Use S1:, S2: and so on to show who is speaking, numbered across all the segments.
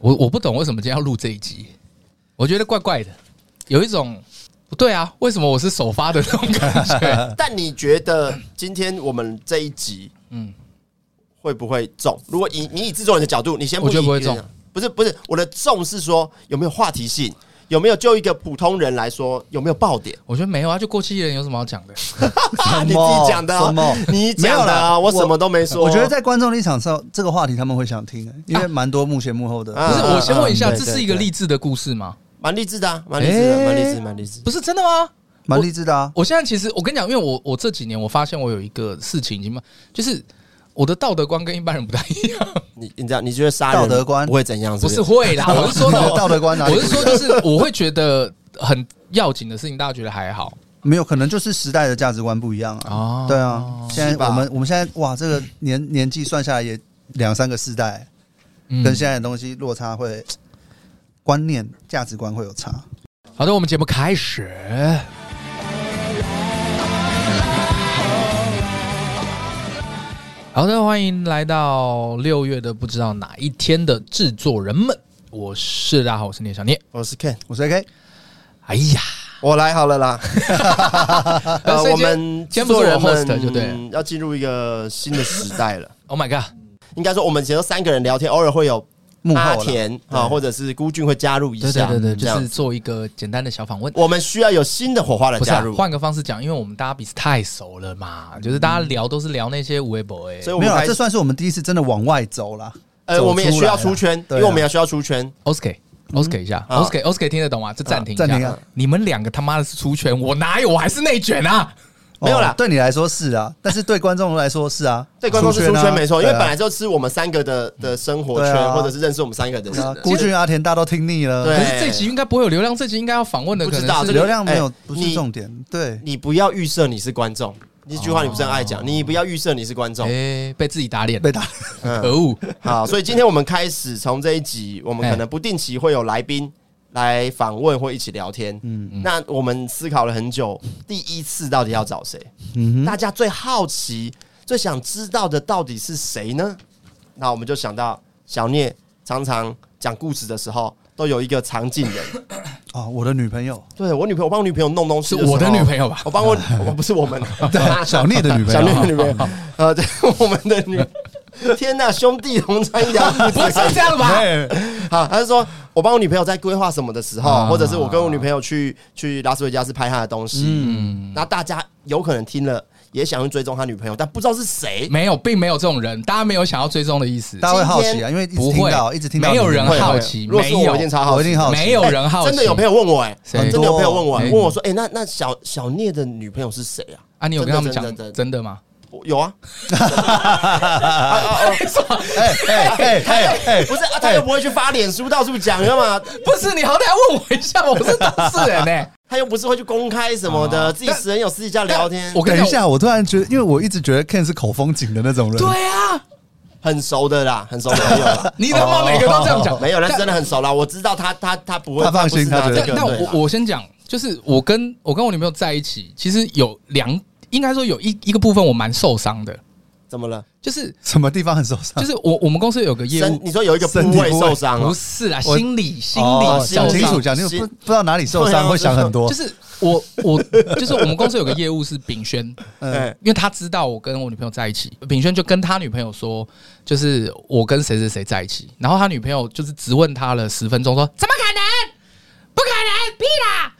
S1: 我我不懂为什么今天要录这一集，我觉得怪怪的，有一种不对啊，为什么我是首发的那种感觉？
S2: 但你觉得今天我们这一集，嗯，会不会中？如果以你以制作人的角度，你先不
S1: 我觉得
S2: 以
S1: 不会
S2: 别人
S1: 中
S2: 的，不是不是，我的中是说有没有话题性，有没有就一个普通人来说有没有爆点？
S1: 我觉得没有啊，就过气艺人有什么好讲 的？
S2: 啊，
S3: 什
S2: 你自
S3: 么
S2: 己讲的啊
S3: 什么，
S2: 你
S3: 没有
S2: 讲的啊，
S3: 啦
S2: 我
S3: 我
S2: 什么都没说。
S3: 我觉得在观众立场上，这个话题他们会想听、因为蛮多幕前幕后的。
S2: 啊
S1: 不是，我先问一下，
S3: 嗯嗯
S1: 这是一个励志的故事吗？
S2: 蛮励志的啊，蛮励志的，
S3: 欸
S2: 蛮励志，蛮励志。
S1: 不是真的吗？
S3: 蛮励志的啊。
S1: 我现在其实我跟你讲，因为我我这几年我发现我有一个事情已经慢，就是我的道德观跟一般人不太一 样。
S2: 你你知道，你觉得杀人
S3: 道德观
S2: 不会怎样？
S1: 不
S2: 是
S1: 是会 啦，我是说
S3: 你
S1: 呢，
S3: 的道德观啊哪里
S1: 我是说就是我会觉得很要紧的事情，大家觉得还好。
S3: 没有，可能就是时代的价值观不一样啊。
S1: 哦
S3: 对啊，现
S2: 是吧
S3: 在我们我们现在哇，这个年年纪算下来也两三个世代，
S1: 嗯
S3: 跟现在的东西落差会，观念价值观会有差。
S1: 好的，我们节目开始。好的，欢迎来到六月的不知道哪一天的制作人们，我是大家好，我是聂小聂。
S2: 我是 Ken，
S3: 我说 OK，
S1: 哎 呀，
S2: 我来好 了啦。呃，
S1: 所以今
S2: 我
S1: 天
S2: 们
S1: 今天不是
S2: 做人
S1: 我 host
S2: 们
S1: 的就对了
S2: 嗯要进入一个新的时代了。
S1: ，Oh my god，
S2: 应该说，我们以前都三个人聊天，偶尔会有
S3: 幕
S2: 阿
S3: 后了，
S2: 田啊，或者是孤俊会加入一
S1: 对
S2: 下，
S1: 对对对，
S2: 这
S1: 就
S2: 样
S1: 是做一个简单的小访问。
S2: 我们需要有新的火花的
S1: 不是啊
S2: 加入，
S1: 换、个方式讲，因为我们大家彼此太熟了嘛，就是大家聊都是聊那些微博哎
S2: 所，以我
S3: 没
S2: 们
S3: 有啦，
S2: 开
S3: 这
S2: 始，
S3: 算是我们第一次真的往外走啦。
S2: 呃，
S3: 走
S2: 我们也需要
S3: 出来
S2: 出
S3: 了
S2: 圈，因
S3: 对啊
S2: 为我们也需要出圈。
S1: Oscar。Oscar 一下
S2: 啊
S1: ，Oscar Oscar 听得懂吗？就暂停一
S3: 啊暂停
S1: 下
S3: 啊。
S1: 你们两个他妈的是出拳，我哪有？我还是内卷啊！
S3: 哦
S2: 没有啦
S3: 对你来说是啊，但是对观众来说是啊，
S2: 对，观众是出圈
S3: 啊
S2: 没错，因为
S3: 对
S2: 本
S3: 啊
S2: 来就吃我们三个的的生活
S3: 对
S2: 圈，
S3: 啊
S2: 或者是认识我们三个的
S3: 对啊
S2: 人。
S3: 孤军阿田大家都听腻了，
S2: 对
S1: 可是这集应该不会有流量，这集应该要访问的
S2: 哎不
S1: 可
S2: 知道
S1: 能是
S2: 这个
S3: 流量没有
S2: 哎
S3: 不是
S2: 你
S3: 重点，对，
S2: 你不要预设你是观众，一句话你不是很爱
S3: 哦
S2: 讲，你不要预设你是观众。
S1: 哎被自己打脸，
S3: 被打。
S2: 嗯，
S1: 可恶！
S2: 好，所以今天我们开始从这一集，我们
S1: 哎
S2: 可能不定期会有来宾来访问或一起聊天。嗯，那我们思考了很久，第一次到底要找谁？
S3: 嗯
S2: 大家最好奇、最想知道的到底是谁呢？那我们就想到小聂常常讲故事的时候，都有一个常进人。
S3: 哼，哦，我的女朋友，
S2: 对我女朋友，我帮我女朋友弄东西
S1: 是
S2: 的时候，
S1: 我的女朋友吧
S2: 我？帮我，我不是 我们，
S3: 小聂的女朋
S2: 小
S3: 友
S2: 聂的女朋友，呃，对，我们的女。天呐，兄弟同穿一条裤
S1: 不
S2: 子！
S1: 是这 样吧？
S2: 哎好，他就说我帮我女朋友在规划什么的时候，
S1: 啊
S2: 或者是我跟我女朋友去去拉斯维加斯拍她的东西，嗯，那大家有可能听了也想去追踪他女朋友，但不知道是谁，
S1: 没有，并没有这种人，大家没有想要追踪的意思。
S3: 大家会好奇啊，因为一直
S1: 不
S3: 听
S1: 会
S3: 到，一直听到
S1: 没有
S3: 你的
S1: 人
S3: 女朋友
S1: 嗯好奇
S2: 如果是
S1: 没有
S2: 我，一定超好
S3: 我一
S2: 奇。
S3: 定好奇，
S1: 没有人好奇，
S2: 真的有朋友问我，哎，
S1: 谁
S2: 真的有朋友问我，
S1: 谁
S2: 哎问我说，哎，那那小小聂的女朋友是谁啊？
S1: 啊？你有跟他们
S2: 真的
S1: 讲
S2: 真的真的
S1: 真的吗？
S2: 我有啊，哦
S3: 哎哎哎哎，
S2: 不是啊，他又不会去发脸书到处讲的嘛，
S1: 不是，你好歹问我一下，我是当事人欸呢。
S2: 他又不是会去公开什么
S1: 哎
S2: 的，自己私人有私底下 聊天
S1: 但，我跟你
S3: 等
S1: 讲
S3: 一下，我突然觉得，因为我一直觉得 Ken 是口风紧的那种人，
S1: 对啊，
S2: 很熟的啦，很熟的朋友啦。
S1: 你他妈每个都这样讲，
S2: 没有，那是
S1: 但
S2: 真的很熟啦。我知道他，他他不会，
S3: 他放心
S2: 他不是拿
S3: 他
S2: 这个。
S3: 觉
S1: 但
S3: 得
S1: 但
S2: 对啦
S1: 我我先讲，就是我跟我跟我女朋友在一起，其实有两，应该说有一一个部分我蛮受伤的，
S2: 怎么了？
S1: 就是
S3: 什么地方很受
S1: 就
S3: 伤？
S1: 是我我们公司有个业
S2: 身
S1: 务，
S2: 你说有一个部位受伤啊
S1: 不
S2: 了，
S1: 是啦，
S3: 哦我
S1: 心理心
S3: 哦
S1: 理
S3: 讲
S1: 受
S3: 清楚，
S1: 伤。
S3: 讲清楚，
S2: 心
S3: 不不知道哪里受
S2: 对啊
S3: 伤，会想很多
S1: 就。是我我就是我们公司有个业务是炳轩，
S3: 嗯，
S2: 哎
S1: 因为他知道我跟我女朋友在一起，炳轩就跟他女朋友说，就是我跟谁谁谁在一起，然后他女朋友就是质问他了十分钟说，怎么可能？不可能，屁啦，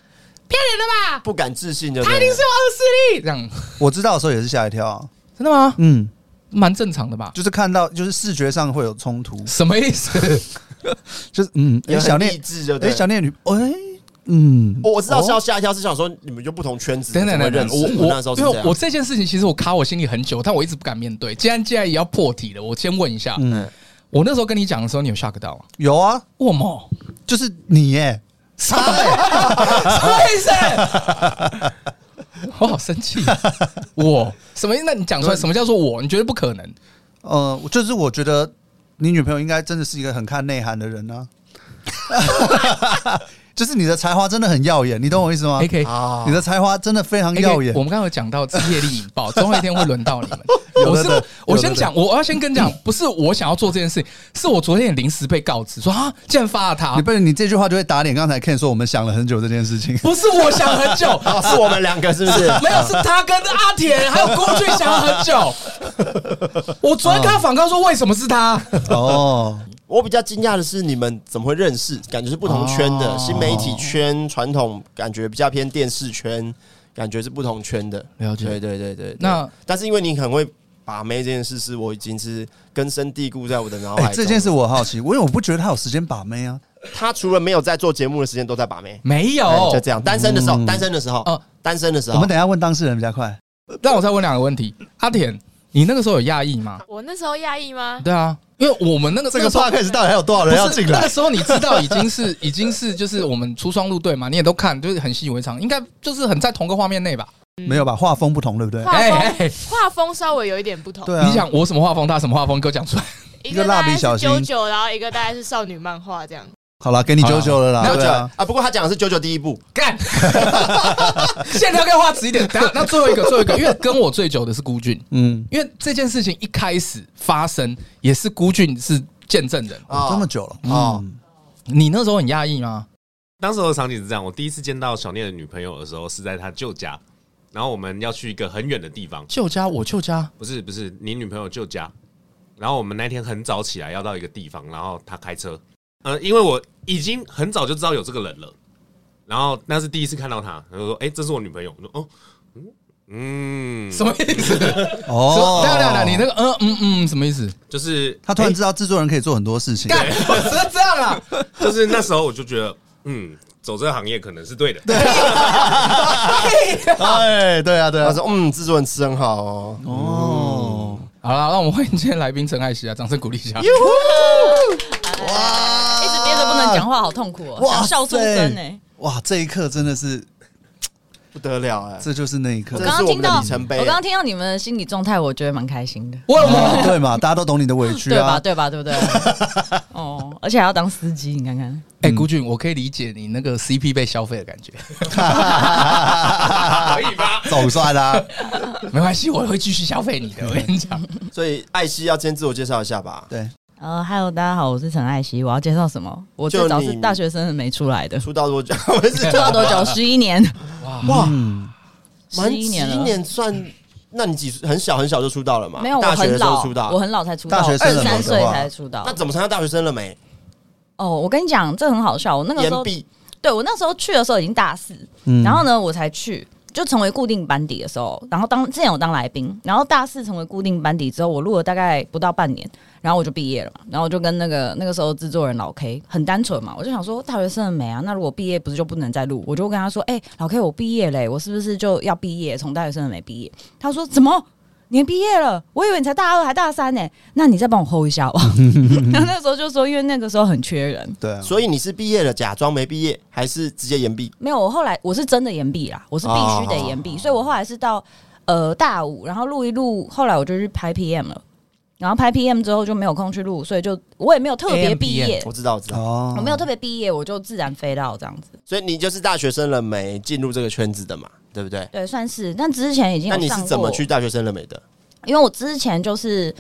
S1: 骗人的吧？
S2: 不敢置信就
S1: 他一定是我的势力，这样
S3: 我知道的时候也是吓一跳啊，
S1: 真的吗？
S3: 嗯，
S1: 蛮正常的吧？
S3: 就是看到就是视觉上会有冲突，
S1: 什么意 思？
S3: 就是嗯，哎
S2: 有
S3: 小
S2: 励
S3: 聂，
S2: 志就对
S3: 哎
S2: 了。
S3: 小聂女，哎嗯，
S2: 我我知道是要
S3: 哦
S2: 吓一跳，是想说你们就不同圈子，
S1: 等等等
S2: 怎
S1: 等，
S2: 么会认识
S1: 我
S2: 那时候
S1: 我
S2: 是
S1: 因
S2: 这
S1: 为
S2: 样
S1: 我这件事情其实我卡我心里很久，但我一直不敢面对。既然既然也要破题了，我先问一下，
S3: 嗯
S1: 我那时候跟你讲的时候，你有 shock 到吗？
S3: 有啊，
S1: 我么？
S3: 就是你耶，
S1: 啥？什么意思？ 我好生气！我什么意思？那你讲出
S2: 嗯
S1: 来，什么叫做我？你觉得不可能？
S3: 呃，我就是我觉得你女朋友应该真的是一个很看内涵的人啊， 就是你的才华真的很耀眼，你懂我意思吗
S1: A K
S2: 啊
S3: 你的才华真的非常耀眼
S1: 哎我，们刚刚有讲到是业力引
S3: 。
S1: 爆，总有一天会轮到你们
S3: 有
S1: 我
S3: 的
S1: 是
S3: 有的
S1: 我先讲，我要先跟你讲，不是我想要做这件事情，是我昨天也临时被告知说啊，竟然发了他
S3: 你，被你这句话就会打脸。刚才 Ken 说我们想了很久这件事情，
S1: 不是我想很久，
S2: 哦，是我们两个是不是？
S1: 没有，是他跟阿田还有郭俊想了很久。我昨天跟他反告说，为什么是他？
S3: 哦，
S2: 我比较惊讶的是，你们怎么会认识？感觉是不同圈的，
S1: 哦
S2: 新媒体圈、传统感觉比较偏电视圈，感觉是不同圈的。
S1: 了解
S2: 对对对对。对
S1: 那
S2: 但是因为你很会把妹这件事，是我已经是根深蒂固在我的脑海
S3: 哎、
S2: 中、
S3: 这件事，我好奇，我因为我不觉得他有时间把妹啊，
S2: 他除了没有在做节目的时间，都在把妹。
S1: 没
S2: 哎
S1: 有，
S2: 就这样，单身的时候，单身的时候，
S1: 哦
S2: 单身的时候，
S3: 哦嗯我们等一下问当事人比较快。
S1: 让我再问两个问题，阿田，你那个时候有压抑吗？
S4: 我那时候压抑吗？
S3: 嗯
S1: 对啊，因为我们那个那时候
S3: podcast 到底还有多少
S1: 不是那个？时候你知道已经是 已经是就是我们出双入对嘛，你也都看，就是很习以为常，应该就是很在同个画面内吧？
S3: 没有吧？画风不同，对不对？
S4: 画
S1: 哎哎
S4: 风画风稍微有一点不同，
S3: 对啊，
S1: 你想我什么画风，他什么画风，给我讲出来。
S4: 一
S3: 一个
S4: 个
S3: 蜡
S4: 大
S3: 笔
S4: 概
S3: 小
S4: 是
S3: 新
S4: 九九，然后一个大概是少女漫画这样。
S3: 好了，给你九九了啦，
S2: 九
S3: 对
S2: 九
S3: 啊
S2: 啊，不过他讲的是九九第一部，
S1: 干， 现在要给我画直一点。等一下，那最后一个，最后一个，因为跟我最久的是孤俊，
S3: 嗯，
S1: 因为这件事情一开始发生也是孤俊是见证人。
S2: 哦
S3: 这么久了，
S2: 哦
S3: 嗯，
S1: 你那时候很压抑吗？
S5: 当时的场景是这样：我第一次见到小念的女朋友的时候是在她舅家，然后我们要去一个很远的地方，
S1: 舅家，我舅家，
S5: 不是不是你女朋友舅家。然后我们那天很早起来要到一个地方，然后她开车，呃，因为我已经很早就知道有这个人了，然后那是第一次看到她，然后说：“哎、这是我女朋友。”我说：“哦，嗯嗯，
S1: 什么意思？
S3: 哦，
S1: 对对对，你那个嗯嗯嗯，什么意思？
S5: 就是
S3: 他突然知道制作人可以做很多事情，
S1: 干，我是这样啊。
S5: 就是那时候我就觉得，嗯，走这个行业可能是对的。
S3: 哎，对啊，对
S2: 他
S3: 啊，
S2: 说嗯，制作人吃很好哦，
S3: 哦，
S1: 好了，让我们欢迎今天来宾陈艾希啊，掌声鼓励一下。
S6: 一直憋着不能讲话，好痛苦哦，
S3: 哇
S6: 想笑出声
S3: 塞
S6: 哎。
S3: 哇，这一刻真的是，
S2: 不得了哎，
S3: 这就是那一刻
S6: 我
S2: 这，
S6: 刚
S2: 是
S6: 刚
S2: 我们
S6: 听
S2: 的
S6: 到，
S2: 里程碑
S6: 我刚刚听到你们的心理状态，我觉得蛮开心的，
S1: 为什么？
S3: 哦对嘛？大家都懂你的委屈
S6: 对吧？
S3: 啊，
S6: 对吧？对不对？ 哦，而且还要当司机，你看看，
S1: 哎，顾俊，我可以理解你那个 CP 被消费的感觉，
S5: 可以吧？
S3: 总算啊啦，
S1: 没关系，我会继续消费你的。我跟你讲，
S2: 所以艾希要先自我介绍一下吧，
S3: 对，
S6: 呃，Hello，大家好，我是陈艾希，我要介绍什么？我
S2: 就
S6: 最早
S2: 你
S6: 是大学生没出来的，出
S2: 出道多久？ 我是
S6: 道多久？十一 年，
S2: 哇，
S3: 嗯，
S6: 十
S2: 满
S6: 一年
S2: 11
S6: 了。
S2: 年算，那你几岁？很小很小就出道了嘛？
S6: 没有，我
S2: 大学
S6: 很
S2: 的时候
S6: 老
S2: 出，道，
S6: 我很老才出道，
S3: 大学
S6: 二
S3: 生的
S6: 十三岁
S3: 时候啊
S6: 才出道
S2: 那。怎么参加大学生了没？
S6: 哦，我跟你讲，这很好笑。我那个时
S2: 岩
S6: 候，
S2: 壁
S6: 对我那时候去的时候已经大四，
S3: 嗯
S6: 然后呢，我才去，就成为固定班底的时候，然后当之前有当来宾，然后大四成为固定班底之后，我录了大概不到半年，然后我就毕业了嘛，然后我就跟那个那个时候制作人老 K 很单纯嘛，我就想说大学生很美啊，那如果毕业不是就不能再录，我就跟他说，哎、老 K 我毕业嘞、我是不是就要毕业？从大学生很美毕业，他说怎么？你毕业了，我以为你才大二还大三呢、那你再帮我 hold 一下吧。 然后那时候就说，因为那个时候很缺人，
S3: 对啊，
S2: 所以你是毕业了，假装没毕业，还是直接延毕？
S6: 没有，我后来我是真的延毕啦，我是
S2: 哦
S6: 必须得延毕，所以我后来是到呃大五，然后录一录，后来我就去拍 PM 了，然后拍 PM 之后就没有空去录，所以就我也没有特别
S1: AM
S6: 毕业，
S2: 我知道，我知道。
S3: 哦
S6: 我没有特别毕业，我就自然飞到这样子，
S2: 所以你就是大学生了没进入这个圈子的嘛，对不对？
S6: 对，算是。但之前已经
S2: 那
S6: 有
S2: 你
S6: 上
S2: 是
S6: 过，
S2: 怎么去大学生了没的？
S6: 因为我之前就是。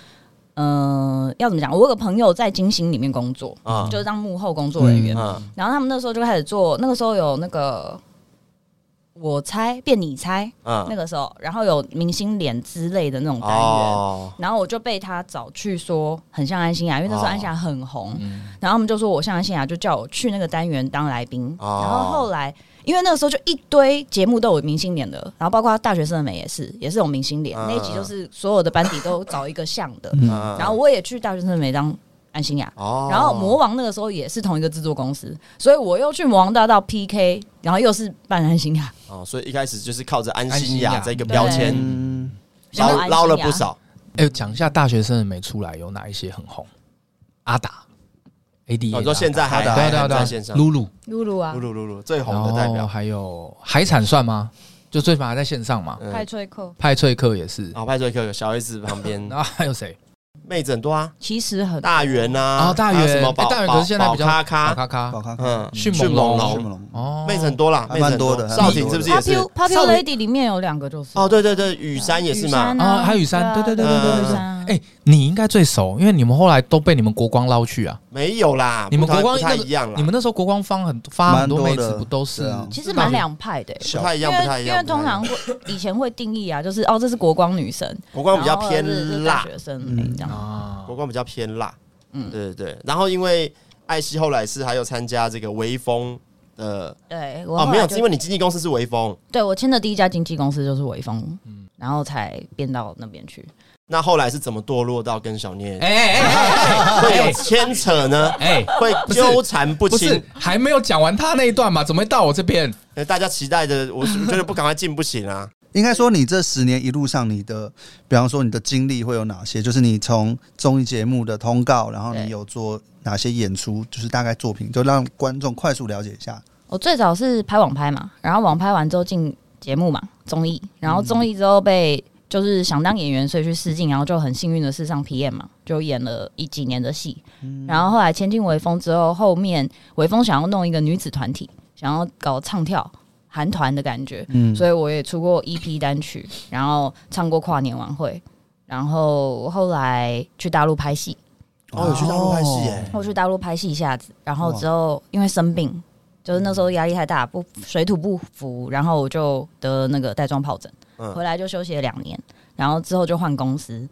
S6: 嗯、要怎么讲？我有个朋友在金星里面工作，
S2: 啊
S6: 就是当幕后工作人员。
S2: 嗯，
S6: 然后他们那时候就开始做，那个时候有那个我猜变你猜，那
S2: 嗯，
S6: 个时候，然后有明星脸之类的那种单元。
S2: 哦，
S6: 然后我就被他找去说很像安心啊雅，因为那时候安心雅很红，
S1: 嗯
S6: 然后他们就说我像安心啊雅，就叫我去那个单元当来宾。
S2: 哦
S6: 然后后来，因为那个时候就一堆节目都有明星脸的，然后包括大学生的美也是，也是有明星脸。
S2: 嗯
S6: 那一集就是所有的班底都找一个像的，
S2: 嗯
S6: 然后我也去大学生的美当安心雅，
S2: 哦，
S6: 然后魔王那个时候也是同一个制作公司，所以我又去魔王大道 PK，然后又是扮安心啊雅，
S2: 哦，所以一开始就是靠着安
S1: 安
S2: 心
S1: 心
S2: 雅
S1: 雅
S2: 这个标签
S3: 嗯，
S6: 然后
S2: 捞
S6: 安心
S2: 捞了
S6: 雅
S2: 不少。
S1: 哎，讲一下大学生的没出来有哪一些很红？阿达， AD，
S2: 哦你说现在还
S1: 对啊
S2: 还
S1: 对啊
S2: 还
S1: 对啊
S2: 在线上
S1: 露露，
S6: 露露啊
S2: 露，露露露最红
S1: 然
S2: 的代
S1: 后
S2: 表，
S1: 还有海产算吗？就最起码还在线上嘛，
S2: 嗯
S6: 派吹扣，
S1: 派翠克也是
S2: 然，后派瑞克小 S 旁边
S1: 然后还有谁？
S2: 妹子很多啊，
S6: 其实很
S2: 大圆啊，
S1: 哦大圆
S2: 还有什么宝
S1: 哎大圆
S2: 宝
S1: 可是现在比较
S2: 宝咖
S1: 卡
S2: 咖，
S1: 卡卡
S3: 宝咖咖
S2: 嗯，
S1: 迅
S2: 迅
S1: 猛
S2: 猛
S3: 迅
S2: 龙，
S3: 猛龙，
S1: 哦，
S2: 妹子很多啦，
S3: 还
S2: 妹子很
S3: 蛮多的还蛮
S2: 少婷是不是也是
S6: Papu？Papu
S1: 少女
S6: Lady 里面有两个就是
S2: 哦，对对对，雨山也是嘛
S6: 雨，
S1: 啊，还有雨山，对
S6: 对
S1: 对
S6: 啊
S1: 对对对对
S2: 嗯
S1: 对。
S6: 啊
S1: 哎，你应该最熟，因为你们后来都被你们国光捞去啊。
S2: 没有啦，
S1: 你们
S2: 不太
S1: 国光
S2: 不太
S1: 那个
S2: 一样啦，
S1: 你们那时候国光方很发很多妹
S3: 蛮多
S1: 子，
S3: 的
S1: 不都是
S3: 对啊？
S6: 其实蛮两派的、
S2: 不太一
S6: 因
S2: 样，
S6: 为
S2: 不太一
S6: 因
S2: 样，
S6: 为
S2: 不太
S6: 通
S2: 一样
S6: 常会以前会定义啊，就是哦，这是国光女生，
S2: 国光比较
S6: 然后是
S2: 偏辣嗯
S6: 大，学生哎这样。
S1: 啊
S2: 国，光比较偏辣，
S6: 嗯
S2: 对对对。然后因为艾希后来是还有参加这个微风的
S6: 对，我
S2: 哦，
S6: 后
S2: 没
S6: 来
S2: 有，
S6: 就是
S2: 因为你经纪公司是微风，
S6: 对我签的第一家经纪公司就是微风，
S2: 嗯
S6: 然后才变到那边去。
S2: 那后来是怎么堕落到跟小聂
S1: 哎哎哎
S2: 会有牵扯呢？
S1: 哎哎，
S2: 会
S1: 是
S2: 纠缠不
S1: 不
S2: 清
S1: 是，还没有讲完他那一段嘛？怎么会到我这边？
S2: 呃大家期待的，我是觉得不赶快进不行啊。
S3: 应该说，你这十年一路上，你的，比方说你的经历会有哪些？就是你从综艺节目的通告，然后
S6: 对
S3: 你有做哪些演出，就是大概作品，就让观众快速了解一下。
S6: 我最早是拍网拍嘛，然后网拍完之后进节目嘛，综艺，然后综艺之后被就是想当演员，所以去试镜，然后就很幸运的试上 PM 嘛，就演了一几年的戏，然后后来签进微风之后，后面微风想要弄一个女子团体，想要搞唱跳。韩团的感觉，
S3: 嗯
S6: 所以我也出过 EP 单曲，然后唱过跨年晚会，然后后来去大陆拍戏，
S2: 哦，有去大陆拍戏耶，
S6: 我去大陆拍戏一下子，然后
S3: 哇嗯
S6: 之后因为生病，就是那时候压力太大，不水土不服，然后我就得那个带状疱疹，
S2: 嗯
S6: 回来就休息了两年，然后之后就换公司，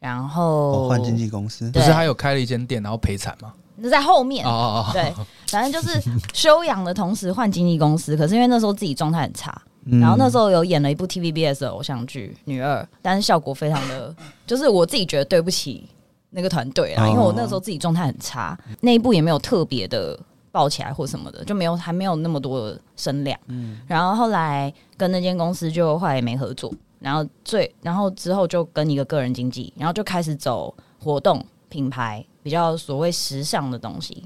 S6: 然后
S3: 哦，换经纪公司
S1: 不
S6: 对
S1: 是他有开了一间店，然后赔惨吗？
S6: 那在后面
S1: 哦，哦哦，
S6: 对，反正就是休养的同时换经纪公司，可是因为那时候自己状态很差，
S3: 嗯
S6: 然后那时候有演了一部 TVBS 的偶像剧《女二》，但是效果非常的，就是我自己觉得对不起那个团队啊，因为我那时候自己状态很差，那一部也没有特别的爆起来或什么的，就没有还没有那么多的声量。然后后来跟那间公司就后来也没合作，然后最然后之后就跟一个个人经纪，然后就开始走活动品牌比较所谓时尚的东西，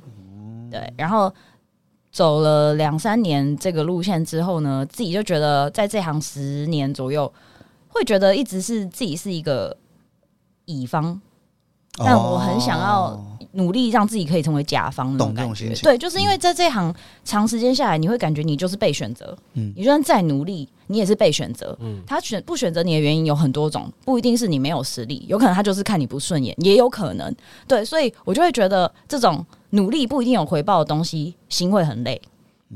S6: 对，然后走了两三年这个路线之后呢，自己就觉得在这行十年左右，会觉得一直是自己是一个乙方，
S3: 哦，
S6: 但我很想要努力让自己可以成为甲方那
S3: 懂这
S6: 感
S3: 种
S6: 觉
S3: 心。情嗯
S6: 对，就是因为在这行长时间下来，你会感觉你就是被选择，
S3: 嗯
S6: 你就算再努力，你也是被选择。
S2: 嗯
S6: 他选不选择你的原因有很多种，不一定是你没有实力，有可能他就是看你不顺眼，也有可能对，所以我就会觉得这种努力不一定有回报的东西，心会很累。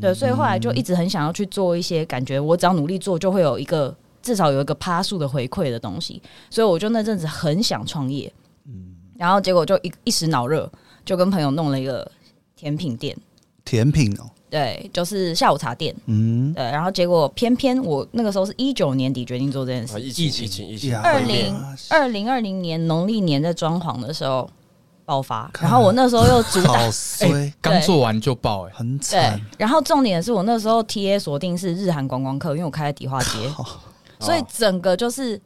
S6: 对，
S3: 嗯
S6: 所以后来就一直很想要去做一些感觉，我只要努力做，就会有一个至少有一个趴数的回馈的东西。所以我就那阵子很想创业，然后结果就一一时脑热，就跟朋友弄了一个甜品店，
S3: 甜品哦，
S6: 对，就是下午茶店，
S3: 嗯，
S6: 对，然后结果偏偏我那个时候是一九年底决定做这件
S2: 啊，
S6: 事，
S2: 疫情
S1: 疫情啊
S2: 疫情疫情，
S3: 呀
S6: 二
S2: 会变
S6: 零哎二零二零年农历年在装潢的时候爆发，
S3: 看
S6: 然后我那时候又主打
S3: 好衰，
S1: 刚做完就爆哎，
S3: 很
S6: 对
S3: 惨，，
S6: 然后重点是我那时候 TA 锁定是日韩观光客，因为我开在迪化街，所以整个就是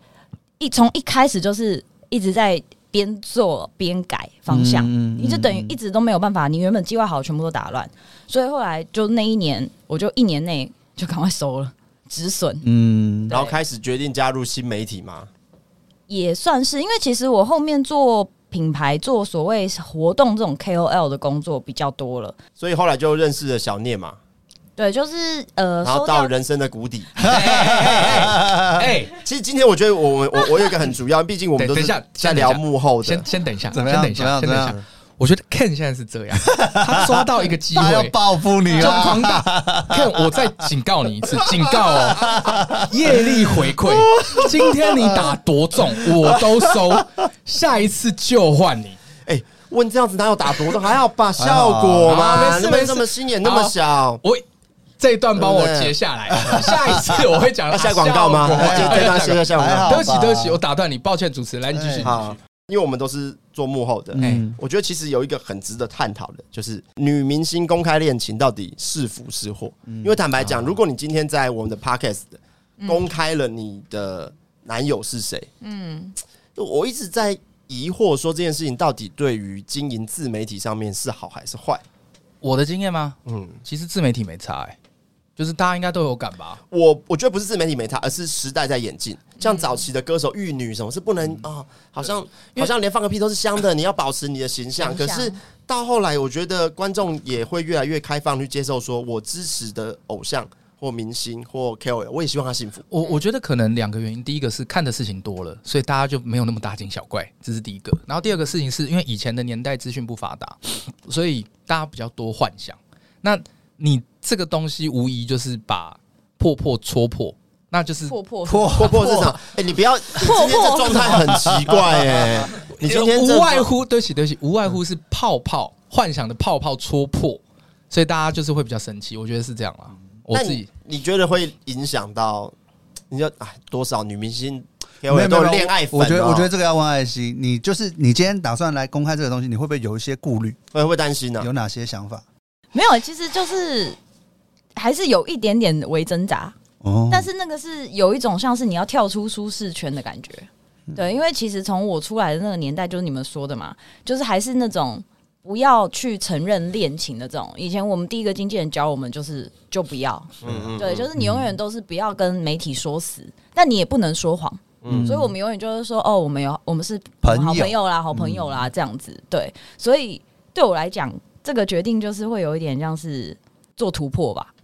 S6: 一从一开始就是一直在边做边改方向，
S3: 嗯嗯嗯
S6: 你就等于一直都没有办法，你原本计划好全部都打乱，所以后来就那一年，我就一年内就赶快收了止损，
S3: 嗯，
S2: 然后开始决定加入新媒体嘛，
S6: 也算是，因为其实我后面做品牌做所谓活动这种 KOL 的工作比较多了，
S2: 所以后来就认识了小聂嘛，
S6: 对，就是呃，
S2: 然后
S6: 收
S2: 到
S6: 掉
S2: 人生的谷底。
S1: 哎，
S2: 其实今天我觉得我们我我有一个很主要，毕竟我们都
S1: 等一
S2: 是
S1: 下
S2: 在聊幕后的
S1: 先，先等一下，
S3: 怎
S1: 先
S3: 么样？
S1: 等一
S3: 怎么
S1: 下，
S3: 样？
S1: 先
S3: 怎么
S1: 等一下
S3: 样？。
S1: 我觉得 Ken 现在是这样，他抓到一个 机
S3: 他要
S1: 会。
S3: 报复
S2: 啊
S3: 你啊
S1: 就
S3: 了，
S1: 狂打 Ken，我再警告你一次，警告哦，业力回馈。今天你打多重，我都收，下一次就换你。
S2: 哎，问这样子哪有打多的，还好吧，效果
S1: 好
S2: 嘛，
S1: 哎没事
S2: 那么
S1: 没事
S2: 那么心眼那么小，
S1: 我这一段帮我截下来，下一次我会 讲啊
S2: 要下广告吗？
S1: 效
S2: 哦
S1: 果哎
S2: 就
S1: 对
S2: 这段先下广
S3: 还
S2: 告
S3: 好。
S1: 对不起，对不起，我打断你，抱歉，主持人，来你继续。
S2: 好，因为我们都是做幕后的，哎
S3: 嗯，
S2: 我觉得其实有一个很值得探讨的，就是女明星公开恋情到底是福是祸。因为坦白讲，如果你今天在我们的 podcast 公开了你的男友是谁，嗯，我一直在疑惑说这件事情到底对于经营自媒体上面是好还是坏？
S1: 我的经验吗？
S2: 嗯，
S1: 其实自媒体没差、欸，就是大家应该都有感吧？
S2: 我我觉得不是自媒体没他，而是时代在演进。像早期的歌手玉女什么是不能
S3: 嗯
S2: 啊、好像好像连放个屁都是香的，你要保持你的形象。可
S6: 形象
S2: 是到后来，我觉得观众也会越来越开放去接受，说我支持的偶像或明星或 KOL，我也希望他幸福。
S1: 我我觉得可能两个原因，第一个是看的事情多了，所以大家就没有那么大惊小怪，这是第一个。然后第二个事情是因为以前的年代资讯不发达，所以大家比较多幻想。那你这个东西无疑就是把破破戳破，那就是
S6: 破破
S3: 破
S2: 破破市场，哎、你 不要，你今天这状态很奇怪哎、你今天这嗯
S1: 无外乎对不起对不起，无外乎是泡泡幻想的泡泡戳破，所以大家就是会比较生气。我觉得是这样啦，我
S2: 那
S1: 自己
S2: 你你觉得会影响到？你就哎，多少女明星
S3: 没有没
S2: KOL
S3: 有
S2: 都有
S3: 没有
S2: 恋爱粉、哦
S3: 我觉得我觉得这个要问艾希，你就是你今天打算来公开这个东西，你会不会有一些顾虑？
S2: 会会担心呢、啊
S3: 有哪些想法？
S6: 没有，其实就是还是有一点点微挣扎，
S2: 嗯
S3: 哦，
S6: 但是那个是有一种像是你要跳出舒适圈的感觉。
S2: 嗯
S6: 对，因为其实从我出来的那个年代，就是你们说的嘛，就是还是那种不要去承认恋情的这种。以前我们第一个经纪人教我们就是就不要，
S2: 嗯嗯，
S6: 对，就是你永远都是不要跟媒体说死，但你也不能说谎。
S3: 哦
S2: 嗯
S6: 所以我们永远就是说，哦，我们有我们是
S3: 朋友
S6: 好朋友啦，好朋友啦，这样子。对，所以对我来讲，这个决定就是会有一点像是做突破吧。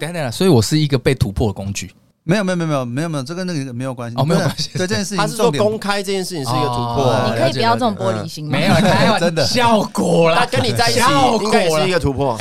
S1: 等一下等一下，所以我是一个被突破的工具。
S3: 没有没有没有没有没有没有，这跟那个没有关系
S1: 哦
S3: 你不能
S1: 没有关系
S3: 对这件事
S2: 他
S3: 情
S2: 是说
S3: 重点不
S2: 公开这件事情是一个突破，
S1: 哦
S6: 你可以不要这么玻璃心吗？
S1: 没有啊啦，开 玩
S3: 真 的
S1: 效果
S2: 他
S1: 啦。
S2: 跟你在一起
S1: 效
S2: 应该也
S1: 果
S2: 是一
S1: 啦，
S2: 个突破。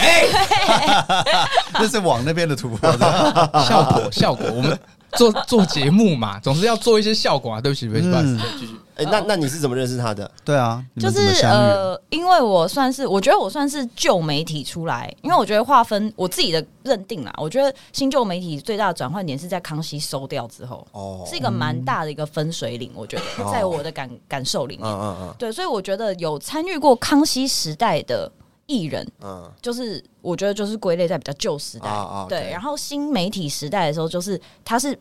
S3: 这是往 那边的突
S1: 哦
S3: 破啊 的。
S1: 效果效果，我们做 做节目嘛，总是要做一些效果啊。对不起，对不起，不好意思
S3: 嗯，
S1: 继续。
S2: 哎，那那你是怎么认识他的？
S3: 对啊，你
S6: 就
S3: 们怎么
S6: 是
S3: 相遇的，
S6: 呃，因为我算是，我觉得我算是旧媒体出来，因为我觉得划分我自己的认定啦，我觉得新旧媒体最大的转换点是在康熙收掉之后，
S2: 哦
S6: 是一个蛮大的一个分水岭，我觉得
S2: 哦
S6: 在我的感感受里
S2: 嗯
S6: 面，
S2: 嗯
S6: 对，所以我觉得有参与过康熙时代的艺人，
S2: 嗯嗯
S6: 就是我觉得就是归类在比较旧时代，
S2: 啊啊
S6: 对，
S2: OK
S6: 然后新媒体时代的时候，就是他是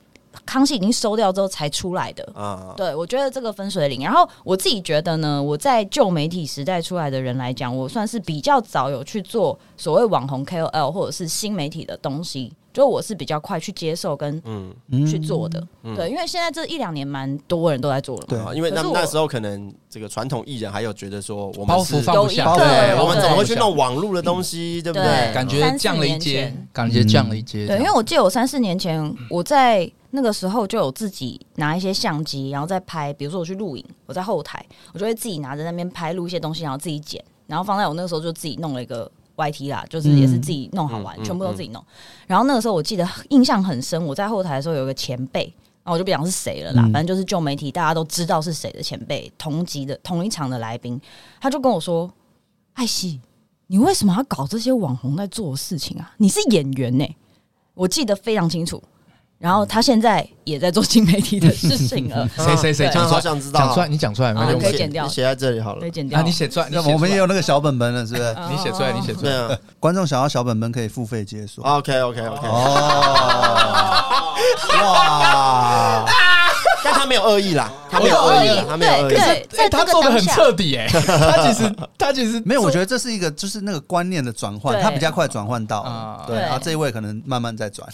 S6: 康熙已经收掉之后才出来的，
S2: 啊，
S6: 对，我觉得这个分水岭。然后我自己觉得呢，我在旧媒体时代出来的人来讲，我算是比较早有去做所谓网红 KOL 或者是新媒体的东西，就我是比较快去接受跟
S2: 嗯，
S3: 嗯
S6: 去做的。对，因为现在这一两年蛮多人都在做了嘛。
S2: 啊因为那
S6: 可是我
S2: 那时候可能这个传统艺人还有觉得说我
S1: 包
S2: 们是
S1: 袱放不下，
S6: 有一个
S2: 对，我们
S6: 对
S2: 怎么会去弄网络的东西，对不啊对？
S6: 对
S1: 感觉降了一
S6: 三四
S1: 阶
S6: 年前，
S1: 感觉降了一阶。
S6: 对，因为我记得我三四年前我在那个时候就有自己拿一些相机，然后再拍，比如说我去录影，我在后台，我就会自己拿着那边拍录一些东西，然后自己剪，然后放在我那个时候就自己弄了一个 YT 啦，就是也是自己弄好玩，
S2: 嗯嗯
S6: 全部都自己弄。然后那个时候我记得印象很深，我在后台的时候有一个前辈。然后我就不讲是谁了啦，
S3: 嗯
S6: 反正就是旧媒体大家都知道是谁的前辈，同级的同一场的来宾，他就跟我说：“哎艾希，你为什么要搞这些网红在做的事情啊？你是演员呢、我记得非常清楚。然后他现在也在做新媒体的事情了，
S1: 谁谁谁
S2: 对
S1: 讲出
S2: 好
S1: 来，
S2: 想知道啊
S1: 讲出来，你讲出来，没
S6: 啊
S1: 关
S6: 你可以
S1: 系
S6: 剪掉
S2: 你写在这里好了
S6: 被。剪掉
S1: 啊，
S6: 了。
S1: 你写出来，你写出来
S3: 那我们也有那个小本本了，是不是？
S6: 哦
S1: 你写出来，你写出
S2: 对
S1: 来。
S2: 啊
S3: 观众想要小本本可以付费解
S1: 啊
S3: 锁。
S2: ，OK OK OK，
S3: 哦，哇，
S2: 但他没有恶意啦，他没有
S6: 我有
S2: 恶
S6: 恶
S2: 意
S6: 意
S2: 啦，他没有恶意
S1: 可
S6: 对。
S1: 是
S6: 在
S1: 哎
S6: 这
S1: 他
S6: 个
S1: 做的很
S6: 当下
S1: 彻底哎，他其实他其实
S3: 没有，我觉得这是一个就是那个观念的转换，
S6: 对
S3: 他比较快转换到
S1: 啊，
S3: 对，
S6: 对
S3: 然后这一位可能慢慢在转，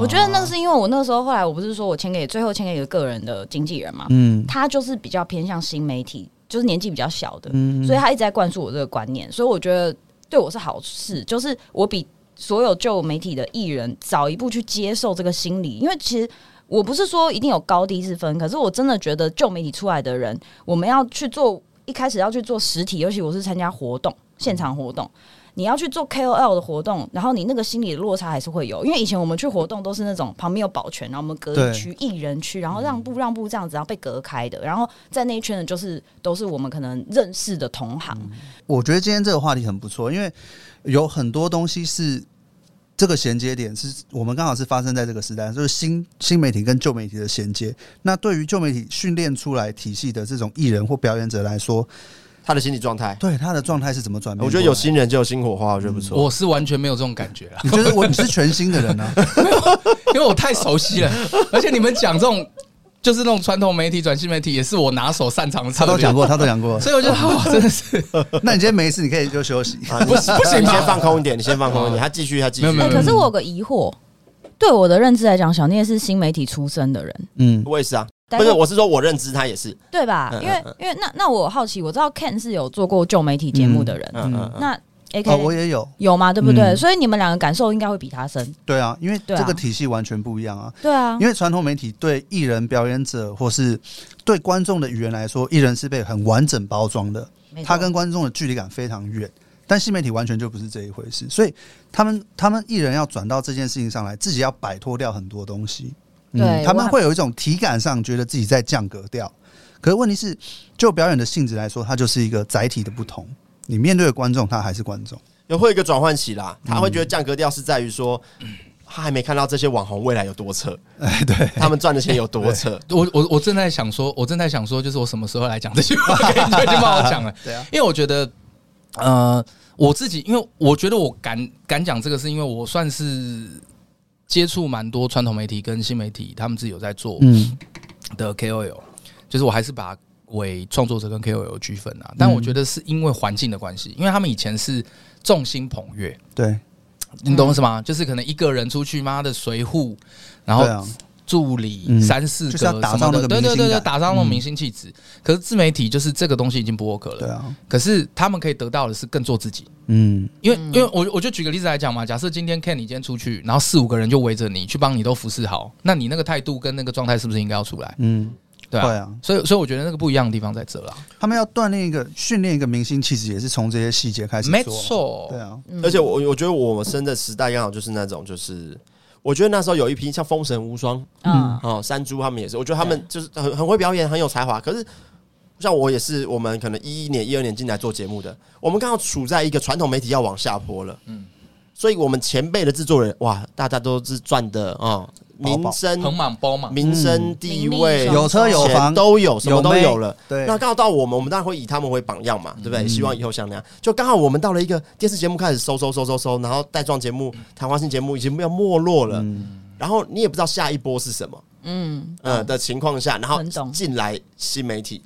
S6: 我觉得那个是因为我那个时候后来我不是说我签给最后签给一个个人的经纪人嘛，
S3: 嗯
S6: 他就是比较偏向新媒体，就是年纪比较小的，
S3: 嗯
S6: 所以他一直在灌输我这个观念，所以我觉得对我是好事，就是我比所有旧媒体的艺人早一步去接受这个心理，因为其实。我不是说一定有高低之分，可是我真的觉得旧媒体出来的人，我们要去做一开始要去做实体，尤其我是参加活动、现场活动，你要去做 KOL 的活动，然后你那个心理的落差还是会有，因为以前我们去活动都是那种旁边有保全，然后我们隔
S3: 对
S6: 一区艺人区，然后让步让步这样子，然后被隔开的，然后在那一圈的就是都是我们可能认识的同行，
S3: 我觉得今天这个话题很不错，因为有很多东西是这个衔接点是我们刚好是发生在这个时代，就是新新媒体跟旧媒体的衔接。那对于旧媒体训练出来体系的这种艺人或表演者来说，
S2: 他的心理状态，
S3: 对他的状态是怎么转变？
S2: 我觉得有，新人就有新火花，我觉得不错。
S1: 我是完全没有这种感觉啦，
S3: 你觉 得我你是全新的人呢、啊？
S1: 因为我太熟悉了，而且你们讲这种。就是那种传统媒体、转新媒体，也是我拿手擅长的。
S3: 他都讲，过，他都 讲过。
S2: 啊
S1: 所以我觉得哇，真的是
S3: 那你今天没事，你可以就 休息。
S2: 啊，你
S1: 不是不行
S2: 你
S1: 吧啊
S2: 先放空一点，你先放空一点，他继续，他继续。
S1: 没有没
S6: 哎、
S1: 有
S6: 可是我有个疑惑，对我的认知来讲，小聂是新媒体出身的人，
S3: 嗯，
S2: 我也是啊，
S6: 但
S2: 不是，我是说我认知他也是，
S6: 对吧？
S2: 嗯
S6: 因为
S2: 嗯
S6: 因为那那我好奇，我知道 Ken 是有做过旧媒体节目的人，
S2: 嗯嗯嗯，
S6: 那 A
S3: 哦，
S6: K、
S3: 我也有。
S6: 有吗？对不对？
S3: 嗯
S6: 所以你们两个感受应该会比他深，
S3: 对啊，因为
S6: 对啊
S3: 这个体系完全不一样啊。
S6: 对啊
S3: 因，为传统媒体对艺人、表演者或是对观众的语言来说，艺人是被很完整包装的，
S6: 没错嗯
S3: 他跟观众的距离感非常远。但新媒体完全就不是这一回事，所以他们他们艺人要转到这件事情上来，自己要摆脱掉很多东西。嗯
S6: 对
S3: 他
S6: 我
S3: 们
S6: 还
S3: 会有一种体感上觉得自己在降格调。可是问题是，就表演的性质来说，它就是一个载体的不同。你面对的观众，他还是观众。
S2: 有会有一个转换期啦，
S1: 嗯
S2: 他会觉得降格调是在于说，他还没看到这些网红未来有 多扯，
S3: 哎，对，
S2: 他们赚的钱有多扯。
S1: 我我我正在想说，我正在想说，就是我什么时候来讲这句话，你就已经帮我讲了。
S3: 对啊，
S1: 因为我觉得，呃，我自己，因为我觉得我敢敢讲这个，是因为我算是接触蛮多传统媒体跟新媒体，他们自己有在做
S3: 嗯，
S1: 的 KOL，、就是我还是把它为创作者跟 KOL 区分啊。
S3: 嗯
S1: 但我觉得是因为环境的关系，因为他们以前是众星捧月，
S3: 对，
S1: 你懂我意思吗？就是可能一个人出去，妈的随扈，然后
S3: 嗯对啊，
S1: 助理、
S3: 嗯
S1: 三四个
S3: 就是要打
S1: 什么
S3: 造
S1: 的，
S3: 那个
S1: 对
S3: 明
S1: 对
S3: 星
S1: 对对，
S3: 感
S1: 打造那种明星气质。可是自媒体就是这个东西已经不 work
S3: 对
S1: 了，
S3: 啊，
S1: 可是他们可以得到的是更做自己。
S3: 嗯，
S1: 因为，因为我我就举个例子来讲嘛，假设今天 Ken 你今天出去，然后四五个人就围着你去帮你都服侍好，那你那个态度跟那个状态是不是应该要出来？
S3: 嗯，
S1: 对
S3: 会
S1: 啊，
S3: 啊，
S1: 所以所以我觉得那个不一样的地方在这啦，
S3: 他们要锻炼一个、训练一个明星气质，也是从这些细节开始。
S1: 没
S3: 做。
S1: 错
S3: 对，啊，
S6: 嗯
S2: 而且我我觉得我们生的时代刚好就是那种，就是我觉得那时候有一批像《封神无双》
S6: 嗯，
S2: 哦，山猪他们也是，我觉得他们就是很很会表演，很有才华。可是像我也是，我们可能一一年、一二年进来做节目的，我们刚好处在一个传统媒体要往下坡了，嗯，所以我们前辈的制作人哇，大家都是赚的啊，
S3: 饱
S2: 名声、
S1: 很满包嘛，
S2: 名声、地位、
S6: 名利双
S3: 有车有
S2: 钱
S3: 房
S2: 都有，什么都
S3: 妹
S2: 有了。
S3: 对，
S2: 那刚好到我们，我们当然会以他们为榜样嘛，对不对？希望以后像那样。就刚好我们到了一个电视节目开始收收收收收，然后带状节目、谈话性节目已经要没落了，
S3: 嗯
S2: 然后你也不知道下一波是什么，
S6: 嗯，
S2: 呃的情况下，然后
S6: 很懂
S2: 进来新媒体，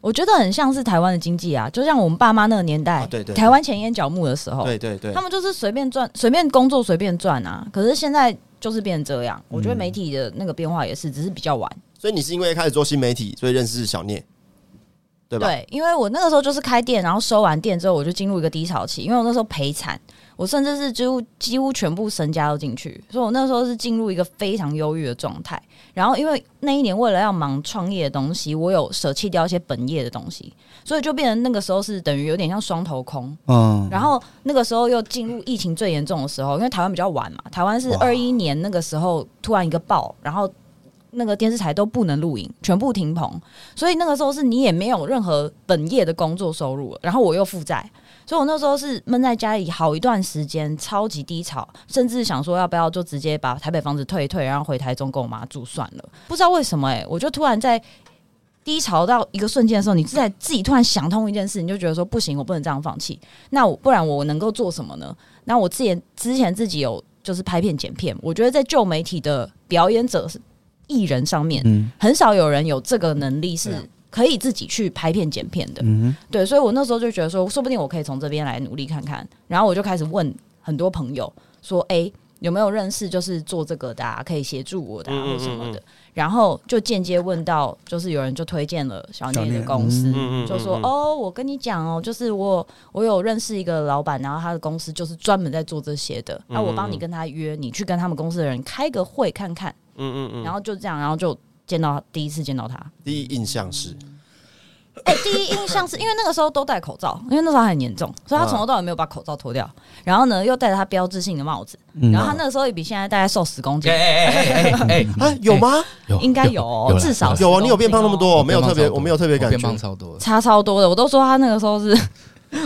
S6: 我觉得很像是台湾的经济啊，就像我们爸妈那个年代，
S2: 啊对对对
S6: 台湾前烟角木的时候，
S2: 对对对
S6: 他，们就是随便赚、随便工作、随便赚啊。可是现在就是变成这样，我觉得媒体的那个变化也是，只是比较晚。
S2: 所以你是因为开始做新媒体，所以认识小聂，对吧？
S6: 对，因为我那个时候就是开店，然后收完店之后，我就进入一个低潮期，因为我那时候赔惨，我甚至是几乎几乎全部身家都进去，所以我那时候是进入一个非常忧郁的状态。然后因为那一年为了要忙创业的东西，我有舍弃掉一些本业的东西，所以就变成那个时候是等于有点像双头空。
S3: 嗯，
S6: 然后那个时候又进入疫情最严重的时候，因为台湾比较晚嘛，台湾是
S3: 哇
S6: 二一年那个时候突然一个爆，然后那个电视台都不能录影，全部停棚，所以那个时候是你也没有任何本业的工作收入了，然后我又负债，所以我那时候是闷在家里好一段时间，超级低潮，甚至想说要不要就直接把台北房子退一退，然后回台中跟我妈住算了。不知道为什么、欸，我就突然在。低潮到一个瞬间的时候，你自在自己突然想通一件事，你就觉得说不行，我不能这样放弃。那我不然我能够做什么呢？那我之前之前自己有就是拍片剪片，我觉得在旧媒体的表演者艺人上面，
S3: 嗯
S6: 很少有人有这个能力是
S3: 对啊
S6: 可以自己去拍片剪片的。
S3: 嗯哼，
S6: 对，所以我那时候就觉得说，说不定我可以从这边来努力看看。然后我就开始问很多朋友说，哎、有没有认识就是做这个的、啊，可以协助我的、啊、
S2: 嗯嗯
S6: 或什么
S2: 嗯
S6: 的？然后就间接问到，就是有人就推荐了小
S3: 小
S6: 聂
S3: 聂
S6: 的公司，
S2: 嗯嗯
S6: 就说
S2: 嗯嗯
S6: 哦，我跟你讲哦，就是我我有认识一个老板，然后他的公司就是专门在做这些的，
S2: 嗯
S6: 那、我帮你跟他约，你去跟他们公司的人开个会看看，
S2: 嗯嗯嗯，
S6: 然后就这样，然后就见到第一次见到他，
S2: 第一印象是，
S1: 嗯
S6: 哎、第一印象是因为那个时候都戴口罩，因为那时候还很严重，所
S1: 嗯
S6: 以他从头到尾没有把口罩脱掉。然后呢，又戴着他标志性的帽子，然后他那个时候也比现在大概瘦十公斤
S1: 嗯哎，哎哎哎哎哎，
S2: 啊，有吗？
S6: 应该有哦、
S1: 有啦
S6: 至少
S2: 有啊，
S6: 10
S2: 你有变胖那么
S6: 公斤
S2: 多，没有特别，
S1: 哎变胖超多
S2: 我没有特别
S1: 我
S2: 感
S1: 变
S2: 觉
S1: 胖。超多
S6: 哦，
S1: 了。
S6: 差超多的。我都说他那个时候是，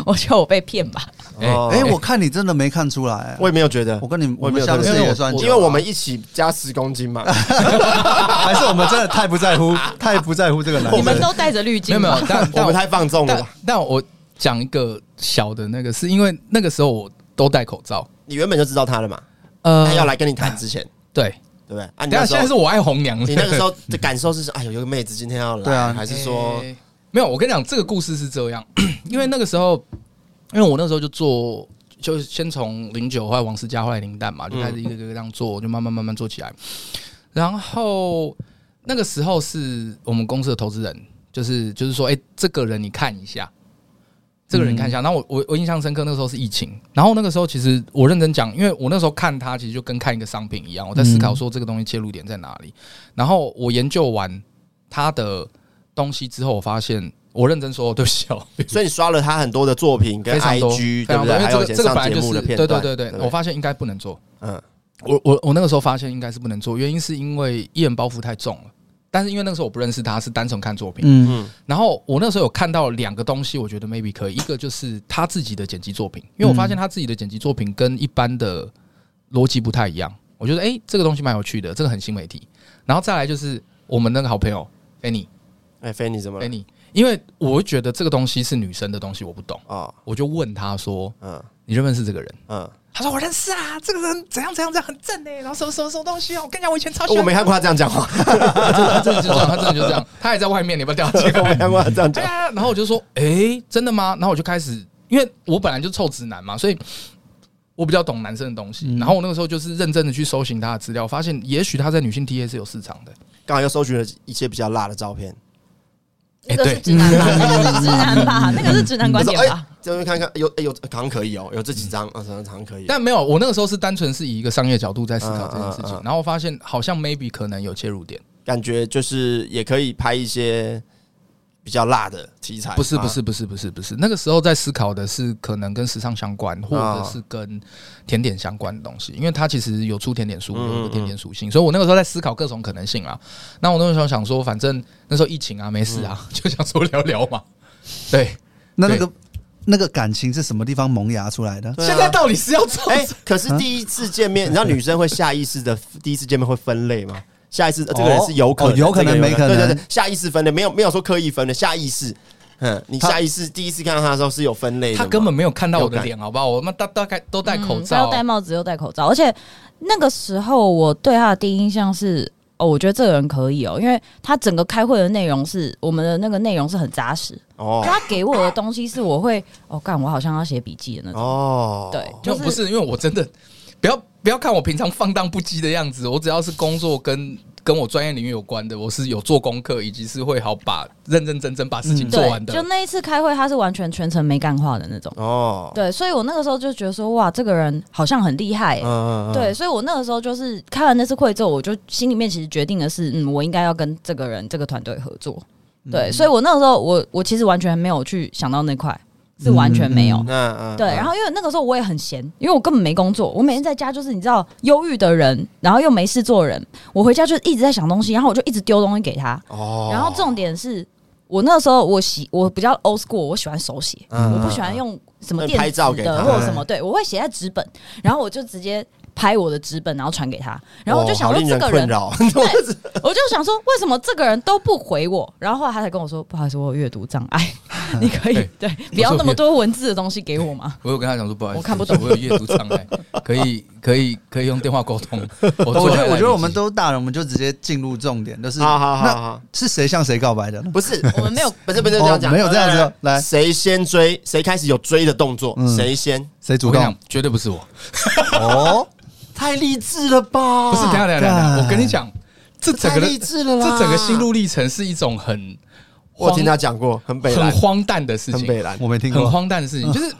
S6: 我觉得我被骗吧。
S2: 哦
S3: 哎，我看你真的没看出来，啊
S2: 我也没有觉得
S3: 我，跟你
S2: 我
S3: 我
S2: 也没
S3: 们
S2: 有
S3: 相识
S1: 特别
S3: 也算久
S2: 因
S3: 了，
S2: 为
S1: 啊
S2: 我们一起加十公斤嘛。
S3: 还是我们真的太不在 乎，太不在乎这个男
S6: 你
S3: 人。
S6: 们都戴着滤
S1: 没
S6: 镜
S1: 有
S6: 吧，
S1: 没有，但
S2: 我
S1: 但
S2: 们太放纵了
S1: 但
S2: 吧？
S1: 但我讲一个小的那个，是因为那个时候我都戴口罩，
S2: 你原本就知道他了嘛？
S1: 呃
S2: 他要来跟你谈之前，
S1: 对，
S2: 对不对？啊，你
S1: 等一
S2: 哎那
S1: 下
S2: 时候
S1: 现在是我爱红娘了，
S2: 你那 个时候的感受是什么？哎呦，有个妹子今天要来，
S3: 对啊
S2: 还是说
S1: 欸没有？我跟你讲，这个故事是这样， 因为那个时候，因为我那时候就做，就是先从零九，后来王思佳，后来林丹
S2: 嗯
S1: 嘛，就开始一个一个这样做，就慢慢慢慢做起来。然后那个时候是我们公司的投资人，就是就是说，哎、这个人你看一下。这个人你看一
S2: 嗯
S1: 下，然后我我我印象深刻，那个时候是疫情，然后那个时候其实我认真讲，因为我那时候看他其实就跟看一个商品一样，我在思
S2: 嗯
S1: 考说这个东西切入点在哪里，然后我研究完他的东西之后，我发现我认真说，对不起 哦，
S2: 所以你刷了他很多的作品跟
S1: 非常多，非
S2: IG，对
S1: 常
S2: 不
S1: 多
S2: 对？
S1: 因为这
S2: 还有
S1: 个
S2: 以前
S1: 这个本
S2: 上
S1: 来
S2: 节
S1: 就
S2: 目
S1: 是
S2: 的片
S1: 对
S2: 段，
S1: 对对，
S2: 不
S1: 我发现应该不能做。
S2: 嗯，
S1: 我我我那个时候发现应该是不能做，原因是因为艺人包袱太重了。但是因为那个时候我不认识他，是单纯看作品。
S3: 嗯，
S1: 然后我那时候有看到两个东西，我觉得 maybe 可以，一个就是他自己的剪辑作品，因为我发现他自己的剪辑作品跟一般的逻辑不太一样。我觉得诶，这个东西蛮有趣的，这个很新媒体。然后再来就是我们那个好朋友 Annie
S2: 哎，菲你怎么了？
S1: Annie，因为我会觉得这个东西是女生的东西，我不懂，
S2: 哦，
S1: 我就问他说
S2: 嗯
S1: 你认不认识这个人？
S2: 嗯，
S1: 他说我认识啊，这个人怎样怎样怎样很正哎、然后什么什么什么东西哦、我跟你讲，我以前超喜欢。
S2: 我没看过他这样讲话，
S1: 他真的，他真的就这样，他真的就这样，他还在外面，你要不要掉进
S2: 我没
S1: 来？
S2: 看过他这
S1: 哎
S2: 样 讲。
S1: 呀，然后我就说，哎、真的吗？然后我就开始，因为我本来就臭直男嘛，所以我比较懂男生的东西。然后我那个时候就是认真的去搜寻他的资料，发现也许他在女性 TA 是有市场的。
S2: 刚好又搜寻了一些比较辣的照片，
S1: 哎
S6: 那个是直 男吧？那个是直男吧？那个是直男观
S2: 说
S6: 点
S2: 哎
S6: 吧？，
S2: 这边看看有哎有好像可以哦，有这几张啊，好像好像可以。
S1: 但没有，我那个时候是单纯是以一个商业角度在思考这件事情，
S2: 嗯嗯嗯
S1: 然后我发现好像 maybe 可能有切入点。
S2: 感觉就是也可以拍一些比较辣的题材。
S1: 不是
S2: 啊
S1: 不，是不是不是不是，那个时候在思考的是可能跟时尚相关，或
S2: 啊
S1: 者是跟甜点相关的东西，因为它其实有出甜点
S2: 嗯
S1: 书，有一个甜点属性，所以我那个时候在思考各种可能性啊。那我那个时候想说，反正那时候疫情啊，没事
S2: 嗯
S1: 啊， 就想说聊聊嘛。对，
S3: 那那个那个感情是什么地方萌芽出来的？
S2: 对啊
S1: 现在到底是要做
S2: 哎，可是第一次见面，你知道女生会下意识的第一次见面会分类吗？下意识，呃这个人是有可能，
S3: 哦有可能
S2: 这个
S3: 没可能
S2: 对对对，下意识分的，没有没有说刻意分的，下意识。嗯，你下意识第一次看到他的时候是有分类的嘛，
S1: 他根本没有看到我的脸，好不好？我们大大概都戴口
S6: 嗯他
S1: 罩
S6: 又，戴帽子又戴口罩，而且那个时候我对他的第一印象是。哦，我觉得这个人可以哦，因为他整个开会的内容是我们的那个内容是很扎实，
S2: 哦
S6: 他给我的东西是我会哦，干我好像要写笔记的那种，
S2: 哦，
S6: 对，
S1: 就
S6: 就
S1: 不是因为我真的不要不要看我平常放荡不羁的样子，我只要是工作跟跟我专业领域有关的，我是有做功课，以及是会好把认认真真把事情做完
S6: 嗯对，
S1: 的。
S6: 就那一次开会，他是完全全程没干话的那种。
S1: 嗯
S2: 哦，
S6: 对，所以我那个时候就觉得说，哇，这个人好像很厉害、欸。
S2: 嗯，嗯，
S6: 对，所以我那个时候就是开完那次会之后，我就心里面其实决定的是，嗯，我应该要跟这个人、这个团队合作。对，
S1: 嗯
S6: 所以我那个时候，我我其实完全没有去想到那块，是完全没有。
S2: 嗯那嗯，
S6: 对，
S2: 嗯
S6: 然后因为那个时候我也很闲，因为我根本没工作，我每天在家就是你知道忧郁的人，然后又没事做的人，我回家就一直在想东西，然后我就一直丢东西给他，
S2: 哦，
S6: 然后重点是我那时候我喜我比较 old school，我喜欢手写，
S2: 嗯
S6: 我不喜欢用什么
S2: 那你嗯
S6: 电
S2: 拍照
S6: 子
S2: 给他
S6: 的或者什么，对我会写在纸本，然后我就直接拍我的纸本，然后传给他，然后我就
S2: 哦
S6: 想
S2: 好
S6: 说
S2: 令
S6: 这个
S2: 困
S6: 人，
S2: 扰，
S6: 对，我就想说为什么这个人都不回我，然后后来他才跟我说，不好意思，我有阅读障碍， 你可以
S1: 对
S6: 对不要那么多文字的东西给我嘛。
S1: 我有跟他讲说，不好意思，
S6: 我看不懂
S1: 我有阅读障碍，可以 可以可以用电话沟通。我
S3: 我
S1: 做
S3: 觉
S1: 得
S3: 得，我觉得我们都大人，我们就直接进入重点，就是
S2: 啊好好好
S3: 那
S2: 好，
S3: 是谁向谁告白的呢？
S2: 不 是，
S6: 我们没有
S2: 不是不是
S3: 哦
S2: 这样讲，
S3: 没有这样子哦来
S2: 谁先追，谁开始有追的动作，
S3: 嗯
S2: 谁先？
S3: 谁主
S1: 我跟你
S3: 动
S1: 讲？，绝对不是我，
S2: 哦， 太励志了吧？
S1: 不是。等一下等一下等一下，
S3: 干
S1: 我跟你讲，这整
S2: 太
S1: 个的
S2: 励志了
S3: 啊
S2: 啦！
S1: 这整个心，路历程是一种很
S2: 我
S1: 荒
S2: 听他讲过，很北
S1: 很
S2: 蓝，
S1: 荒诞的事
S2: 很
S1: 情，
S2: 北蓝
S3: 我。没听
S1: 很
S3: 过。
S1: 荒诞的事情，就是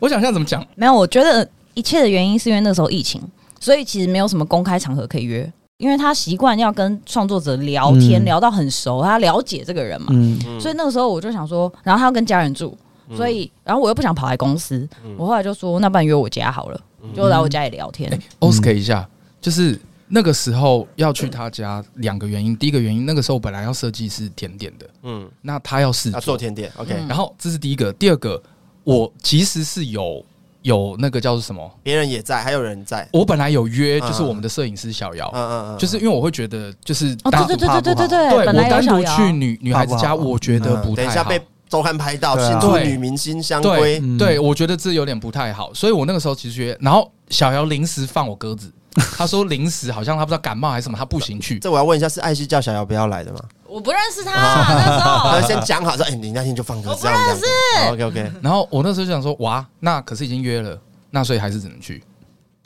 S1: 我想一下怎么讲，
S6: 没有，我觉得一切的原因是因为那时候疫情，所以其实没有什么公开场合可以约，因为他习惯要跟创作者聊天，
S3: 嗯
S6: 聊到很熟，他了解这个人嘛，
S3: 嗯，
S6: 所以那个时候我就想说，然后他要跟家人住，
S1: 嗯
S6: 所以然后我又不想跑来公司，我后来就说，那不然约我家好了，
S1: 嗯
S6: 就来我家里聊天。
S1: 哎 Oscar
S3: 嗯
S1: 一下，就是那个时候要去他家，两个原因。第一个原因，那个时候本来要设计是甜点的，
S2: 嗯，
S1: 那他要试
S2: 要做甜点，OK。
S1: 然后这是第一个，第二个，我其实是有有那个叫做什么，
S2: 别人也在，还有人在。
S1: 我本来有约，
S2: 嗯
S1: 就是我们的摄影师小
S2: 嗯
S1: 姚，
S2: 嗯嗯，
S1: 就是因为我会觉得就是
S6: 哦，
S1: 大
S6: 对对
S3: 不好
S6: 对对对
S3: 不
S6: 对
S1: 对
S6: 本
S1: 我
S6: 来有
S1: 单
S6: 小
S1: 独
S6: 姚，
S1: 去女女孩子家，
S3: 好不好
S1: 我觉得
S2: 嗯
S1: 不
S2: 等一
S1: 下
S2: 下
S1: 被
S2: 被周刊拍到，
S3: 对啊
S2: 庆祝
S1: 对
S2: 女明星相
S1: 对
S2: 归。
S3: 嗯
S1: 对，我觉得这有点不太好，所以我那个时候其实觉得，然后小姚临时放我鸽子，他说临时好像他不知道感冒还是什么，他不行去。
S2: 这我要问一下，是艾希叫小姚不要来的吗？
S6: 我不认识他
S1: 啊
S6: 那时
S2: 他
S6: 候，
S2: 先讲好说，哎，你那天就放歌，
S6: 啊我不
S2: 这样这样
S6: 认
S2: 子。OK OK，
S1: 然后我那时候就想说，哇，那可是已经约了，那所以还是只能去。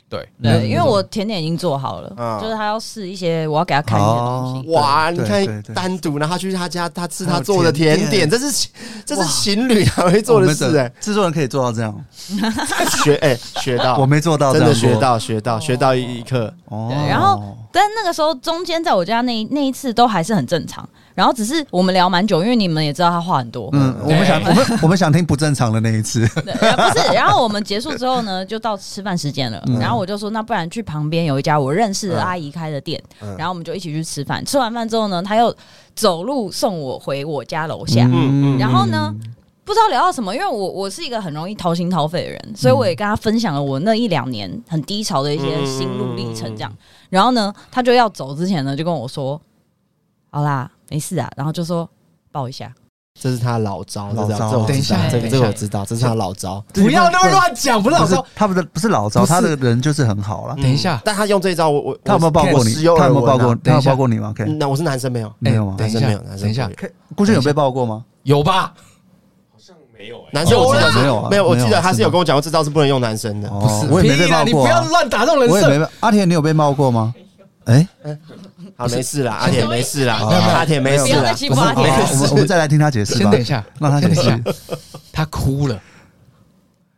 S1: 对，
S6: 对，因为我甜点已经做好了
S2: 嗯，
S6: 就是他要试一些，我要给他看一些东
S1: 哦
S6: 西。
S2: 哇，你
S3: 对
S2: 看
S3: 对对
S2: 单独，然后他去他家，他吃
S3: 还
S2: 他
S3: 有
S2: 做的
S3: 甜
S2: 甜点，
S3: 点
S2: 这是这
S3: 哇
S2: 是情侣才会做
S3: 我
S2: 的
S3: 们
S2: 事，哎，
S3: 制作人可以做到这样，
S2: 学哎学到，
S3: 我没做到，
S2: 真的学。到学到学到一课，
S3: 哦
S6: 对，然后但那个时候中间在我家那一那一次都还是很正常，然后只是我们聊蛮久，因为你们也知道他话很多，
S3: 嗯，我们想我们我们想听不正常的那一 次，
S6: 对，呃不是。然后我们结束之后呢，就到吃饭时间了，然后我就说那不然去旁边有一家我认识的阿姨开的店，然后我们就一起去吃饭。吃完饭之后呢，他又走路送我回我家楼下，
S2: 嗯
S6: 啊然后呢？不知道聊到什么，因为我我是一个很容易掏心掏肺的人，所以我也跟他分享了我那一两年很低潮的一些心路历程，
S1: 嗯
S6: 这样。然后呢，他就要走之前呢，就跟我说：“好啦，没事啊。”然后就说抱一下，
S2: 这是他老招，
S3: 老
S2: 这
S3: 招
S2: 这我
S1: 等一
S2: 知道
S1: 下，
S2: 这
S1: 等
S2: 个
S1: 一下
S2: 这个我知道，这是他老招。
S3: 嗯
S1: 不要那么乱讲，不是老
S3: 不是
S1: 说。
S3: 他们的不是老招，
S1: 不是
S3: 他的人就是很好了。
S1: 嗯等一下，
S2: 嗯但他用这一招，我我
S3: 他有没有抱过你？
S2: 我时有
S3: 他有没有
S2: 耳闻
S3: 抱
S2: 啊
S3: 过？他
S1: 等一
S3: 有
S1: 下
S3: 抱过你吗？可以，
S2: 嗯那我是男生没有，嗯啊
S3: 没有吗？
S1: 哎等一下
S2: 男生没有，男生
S1: 等一下
S2: 没有
S3: 顾炫有被抱过吗？
S1: 有吧？
S2: 男生我记得是
S3: 没有啊
S2: 没有，我记
S3: 没有
S2: 得
S3: 啊
S2: 他是有跟我讲过，这招是不能用男生的。
S3: 哦
S1: 不是，
S3: 我也没被
S1: 屁啦
S3: 抱
S1: 你
S3: 过
S1: 不
S3: 啊
S1: 要乱打这种人
S3: 我也没
S1: 设。
S3: 被。阿田，你有被冒过吗？哎，
S2: 好，没事啦，阿铁没事啦，
S3: 没有没有
S2: 阿铁没
S3: 不
S2: 事
S6: 要
S2: 啦
S6: 再。欺
S3: 我
S6: 负
S3: 们
S6: 阿
S3: 好
S6: 铁。
S3: 吧我们我们再来听他解释吧。
S1: 先等一下，
S3: 让他
S1: 先
S3: 解
S1: 等一下
S3: 释。，
S1: 他哭了。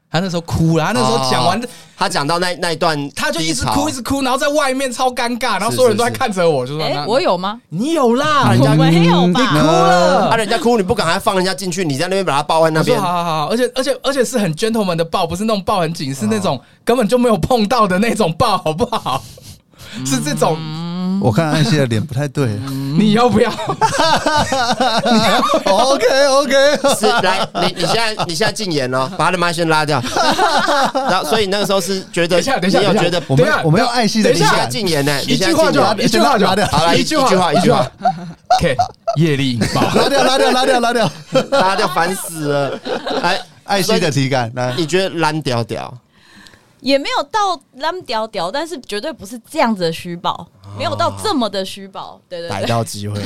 S1: 他那时候哭了，他那时候讲完，
S2: 他讲到那那一啊段低潮，
S1: 他就一直哭，一直哭，然后在外面超尴尬，然后所有人都在看着我，就说：“
S6: 哎、
S1: 那
S6: 我有吗？
S1: 你有啦，你
S6: 我没有
S1: 你哭
S6: 吧？
S1: 了。”
S2: 啊，人家哭你不敢还放人家进去，你在那边把他抱在那
S1: 我说
S2: 边
S1: 好，好好，而且而且而且是很 gentleman 的抱，不是那种抱很紧，
S2: 啊
S1: 是那种根本就没有碰到的那种抱，好不好？
S2: 嗯
S1: 是这种，
S6: 嗯
S1: 嗯
S3: 我看艾希的脸不 太对。
S1: 你要不要？
S3: OK OK，
S2: 是来，你你现在你现在禁言 了，把他的麦先拉掉。然后，所以那个时候是觉
S1: 等
S2: 得，
S1: 一下，等一下，
S2: 你
S1: 等一
S2: 有
S1: 下
S2: 觉得
S3: 我们
S1: 等一下
S3: 我们用爱心的
S1: 等一
S2: 你现
S1: 下
S2: 在，禁言呢？
S1: 一句话就好，一句话就好，
S2: 好来
S1: 一句话，
S2: 一句话一句话，
S1: OK，业力引 爆，
S3: 拉掉拉掉拉掉拉掉，
S2: 拉掉，烦死了。哎，
S3: 爱
S2: 所
S3: 心
S2: 以
S3: 的体感来。
S2: 你觉得蓝屌屌？
S6: 也没有到烂屌屌，但是绝对不是这样子的虚报，没有到这么的虚报。对对
S2: 逮
S6: 对，
S2: 到机会，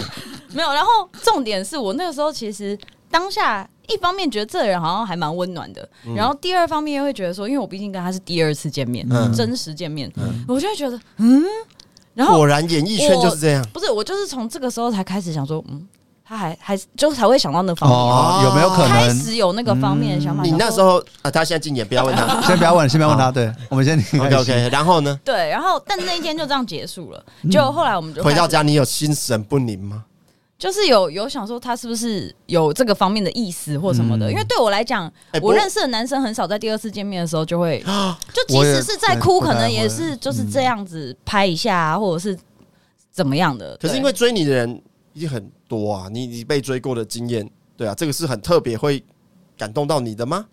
S6: 没有。然后重点是我那个时候其实当下一方面觉得这个人好像还蛮温暖的，
S2: 嗯
S6: 然后第二方面又会觉得说，因为我毕竟跟他是第二次见面，
S2: 嗯
S6: 真实见面，我就会觉得嗯，然
S1: 哦
S6: 后
S2: 果然演艺圈就是这样。
S6: 不是我就是从这个时候才开始想说，嗯，他还还是就才会想到那方面，
S3: 哦，有没有可
S6: 开
S3: 能？
S6: 始有那个方面的想法。
S2: 你
S6: 想
S2: 那
S6: 说
S2: 时候啊，他现在禁言，不要问 他。
S3: 先不要问，先不要问他。对，我们先听
S2: OK
S3: 艾希。
S2: OK，然后呢？
S6: 对，然后但那一天就这样结束了。就后来我们就
S2: 嗯回
S6: 开
S2: 到
S6: 始
S2: 家，你有心神不宁吗？
S6: 就是有有想说他是不是有这个方面的意思或什么
S2: 嗯
S6: 的，因为对我来讲，
S2: 哎不啊
S6: 我认识的男生很少在第二次见面的时候 就会，就即
S3: 我也
S6: 使是在
S3: 不
S6: 哭，
S3: 太
S6: 可能
S3: 会
S6: 也是就是
S2: 嗯
S6: 这样子拍一下、啊，或者是怎么样的。
S2: 可是
S6: 对
S2: 因为追你的人已经很多啊，你你被追过的经验，对啊，这个是很特别会感动到你的吗？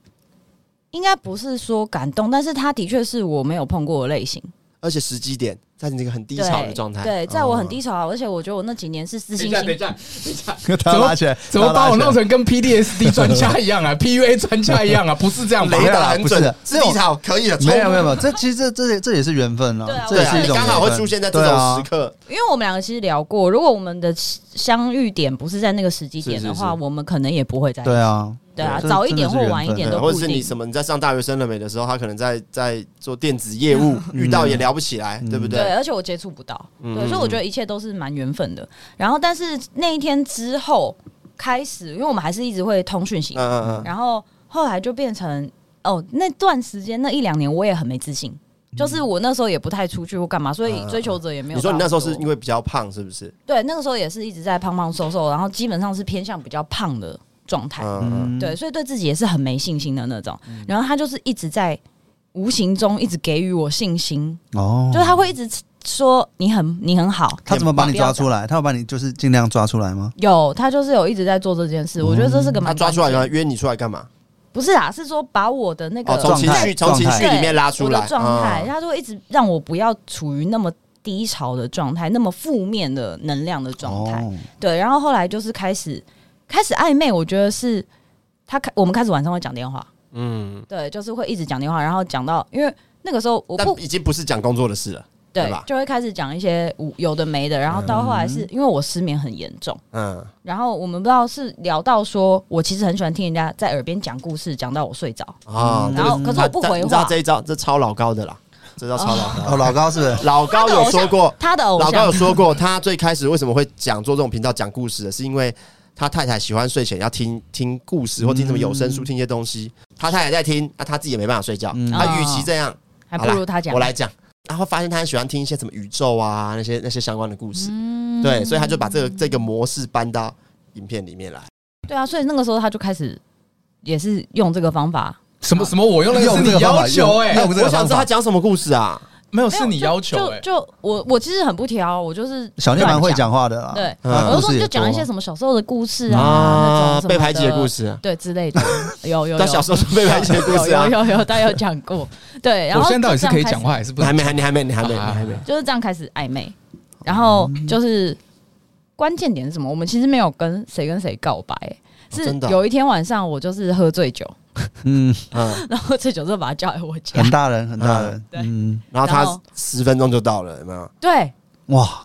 S6: 应该不是说感动，但是他的确是我没有碰过的类型，
S2: 而且时机点，在你这个很低
S6: 低
S2: 潮的状态，
S6: 对，在我很
S2: 哦
S6: 低潮啊，而且我觉得我那几年是自
S1: 等
S6: 信
S1: 一下，等一
S6: 心。
S1: 下，等一下。
S3: 他要拉起来，
S1: 怎么
S3: 他
S1: 把
S3: 要
S1: 我
S3: 拉起来
S1: 弄？成跟 PDSD 专家一样啊？PUA 专家一样啊？不是这样吧
S2: 雷？
S3: 没有
S2: 达
S3: 啦
S2: 很
S3: 不是
S2: 准
S3: 的，
S2: 是低潮可以的，
S3: 没有没有没有，这其实这这这也是缘分
S6: 对啊
S3: 啊，
S6: 我
S3: 这
S2: 对
S3: 也
S2: 啊，
S3: 是一
S2: 你
S3: 种
S2: 刚好会出现在这
S3: 缘分啊
S2: 种时。刻，
S6: 因为我们两个其实聊过，如果我们的相遇点不是在那个时机点的话，
S2: 是是是
S6: 我们可能也不会在一起。
S3: 对啊，
S6: 对啊，
S3: 这
S6: 早一点
S3: 真的
S6: 或
S3: 是缘分啊
S6: 晚一点
S2: 对
S6: 都
S2: 或
S6: 不
S2: 者是你
S6: 定。
S2: 什么你在上大学生了没的时候，他可能在在做电子业务，遇到也聊不起
S3: 嗯
S2: 来，对不
S6: 对，
S2: 对？
S6: 而且我接触不到，
S2: 嗯
S6: 对，所以我觉得一切都是蛮缘分的。然后，但是那一天之后开始，因为我们还是一直会通讯
S2: 嗯
S6: 息，
S2: 嗯嗯，
S6: 然后后来就变成哦，那段时间那一两年我也很没自信，
S2: 嗯
S6: 就是我那时候也不太出去或干嘛，所以追求者也没有
S2: 你
S6: 到
S2: 说
S6: 很多。
S2: 你那时候是因为比较胖，是不是？
S6: 对，那个时候也是一直在胖胖瘦瘦，然后基本上是偏向比较胖的状态。
S2: 嗯嗯，嗯
S6: 对，所以对自己也是很没信心的那种。然后他就是一直在无形中一直给予我信心，
S3: 哦
S6: 就是他会一直说你很你很好。
S3: 他怎么把你抓出来？他要把你就是尽量抓出来吗？
S6: 有，他就是有一直在做这件事，我觉得这是个
S2: 嗯他
S6: 蛮
S2: 抓出来
S6: 关
S2: 然后
S6: 键的。
S2: 约你出来干嘛？
S6: 不是啊，是说把我的那个
S2: 哦，从情绪从
S3: 状态
S2: 情绪里面拉
S6: 我
S2: 出
S6: 的
S2: 来，
S6: 状态，
S2: 嗯
S6: 他就会一直让我不要处于那么低潮的状态，那么负面的能量的状态。
S3: 哦，
S6: 对，然后后来就是开始开始暧昧，我觉得是他开我们开始晚上会讲电话，
S2: 嗯，
S6: 对，就是会一直讲电话，然后讲到因为那个时候我
S2: 但
S6: 不
S2: 已经不是讲工作的事了，
S6: 对
S2: 对吧，
S6: 就会开始讲一些无有的没的，然后到后来是因为我失眠很严重，
S2: 嗯，
S6: 然后我们不知道是聊到说我其实很喜欢听人家在耳边讲故事，讲到我睡着，
S2: 啊，
S6: 嗯然后可是我不回
S2: 你知道
S6: 话
S2: 这。一招，这超老高的啦，这招超老高。
S3: 哦，老高是不是？
S2: 老高有说过，
S6: 他的偶
S2: 老高
S6: 像
S2: 有，说过，他最开始为什么会讲做这种频道讲故事的，是因为他太太喜欢睡前要听听故事或听什么有声书，听一些东西。
S6: 嗯
S2: 他太太在听，那、他自己也没办法睡觉。
S3: 嗯
S2: 他与其这样，
S6: 还
S2: 好
S6: 不
S2: 啦
S6: 如他讲。
S2: 我来讲。然后发现他很喜欢听一些什么宇宙啊那些那些相关的故事，
S6: 嗯
S2: 对，所以他就把这个这个模式搬到影片里面来。
S6: 对啊，所以那个时候他就开始也是用这个方法，
S1: 什么什么？我用的是
S3: 用这
S1: 你
S3: 个方法
S1: 要求哎、欸，
S3: 用用这
S2: 我想
S3: 个方
S2: 知道他
S3: 法。
S2: 讲什么故事啊？
S1: 没有
S6: 没有
S1: 是你
S6: 就
S1: 要求哎、
S6: 就就我我其实很不挑，我就是
S3: 小念蛮会
S6: 乱
S3: 讲话的啦，
S6: 对，
S2: 嗯
S3: 啊
S6: 我就说你
S3: 故事也
S6: 就
S3: 多
S6: 讲一些什么小时候的故事啊，那种什么
S2: 被排挤的故
S6: 事，
S2: 事啊，
S6: 对之类的，有有 有
S2: 他小时候 被排挤的故事啊
S6: 有，有有有，他有讲过，对。然后
S1: 我现在到底是可以
S6: 就这样开始
S1: 讲话，还是不
S2: 你还
S1: 能？啊
S2: 没，还你还没，你还没，你还没。
S6: 就是这样开始暧昧，然后
S1: 嗯
S6: 就是关键点是什么？我们其实没有跟谁跟谁告白、是
S2: 真的啊
S6: 有一天晚上我就是喝醉酒，
S3: 嗯，
S2: 嗯，
S6: 然后醉酒之后把他叫来我家
S1: 嗯
S3: 很，大人，很大人，
S6: 对
S3: 嗯，
S2: 然后
S6: 然
S2: 他
S6: 后哦
S2: 十分钟就到了，有没有？
S6: 对
S3: 哇，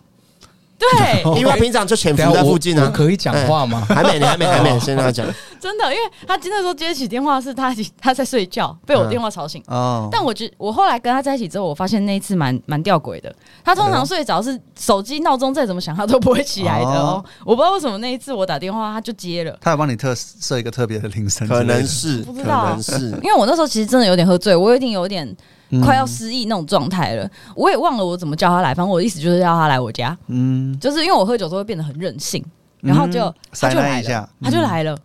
S6: 对，
S2: 因为他平常就潜伏
S1: 等一下
S2: 在
S1: 我
S2: 附近
S1: 我
S2: 啊。
S1: 可以讲话吗？
S3: 哎
S2: 还没，你还没，还
S6: 哦
S2: 没，先让他 讲。
S6: 真的，因为他那时候接起电话是他已经他在睡觉，被我
S2: 嗯
S6: 电话吵醒。
S3: 哦，
S6: 但我觉我后来跟他在一起之后，我发现那一次蛮蛮吊诡的。他
S2: 哎
S6: 通常睡着是手机闹钟再怎么响，他都不会起来的哦。我不知道为什么那一次我打电话他就接了，
S3: 他有帮你特设一个特别的铃声之类
S2: 可
S3: 的，
S2: 能是，
S6: 不
S2: 可
S6: 知道啊
S2: 能是，
S6: 因为我那时候其实真的有点喝醉，我有点有点
S3: 嗯
S6: 快要失忆那种状态了。我也忘了我怎么叫他来，反正我的意思就是要他来我家，
S3: 嗯，
S6: 就是因为我喝酒之后会变得很任性，然后就、
S3: 嗯
S6: 他
S3: 塞
S6: 就
S3: 那
S6: 来
S3: 一下嗯
S6: 了，他就来了。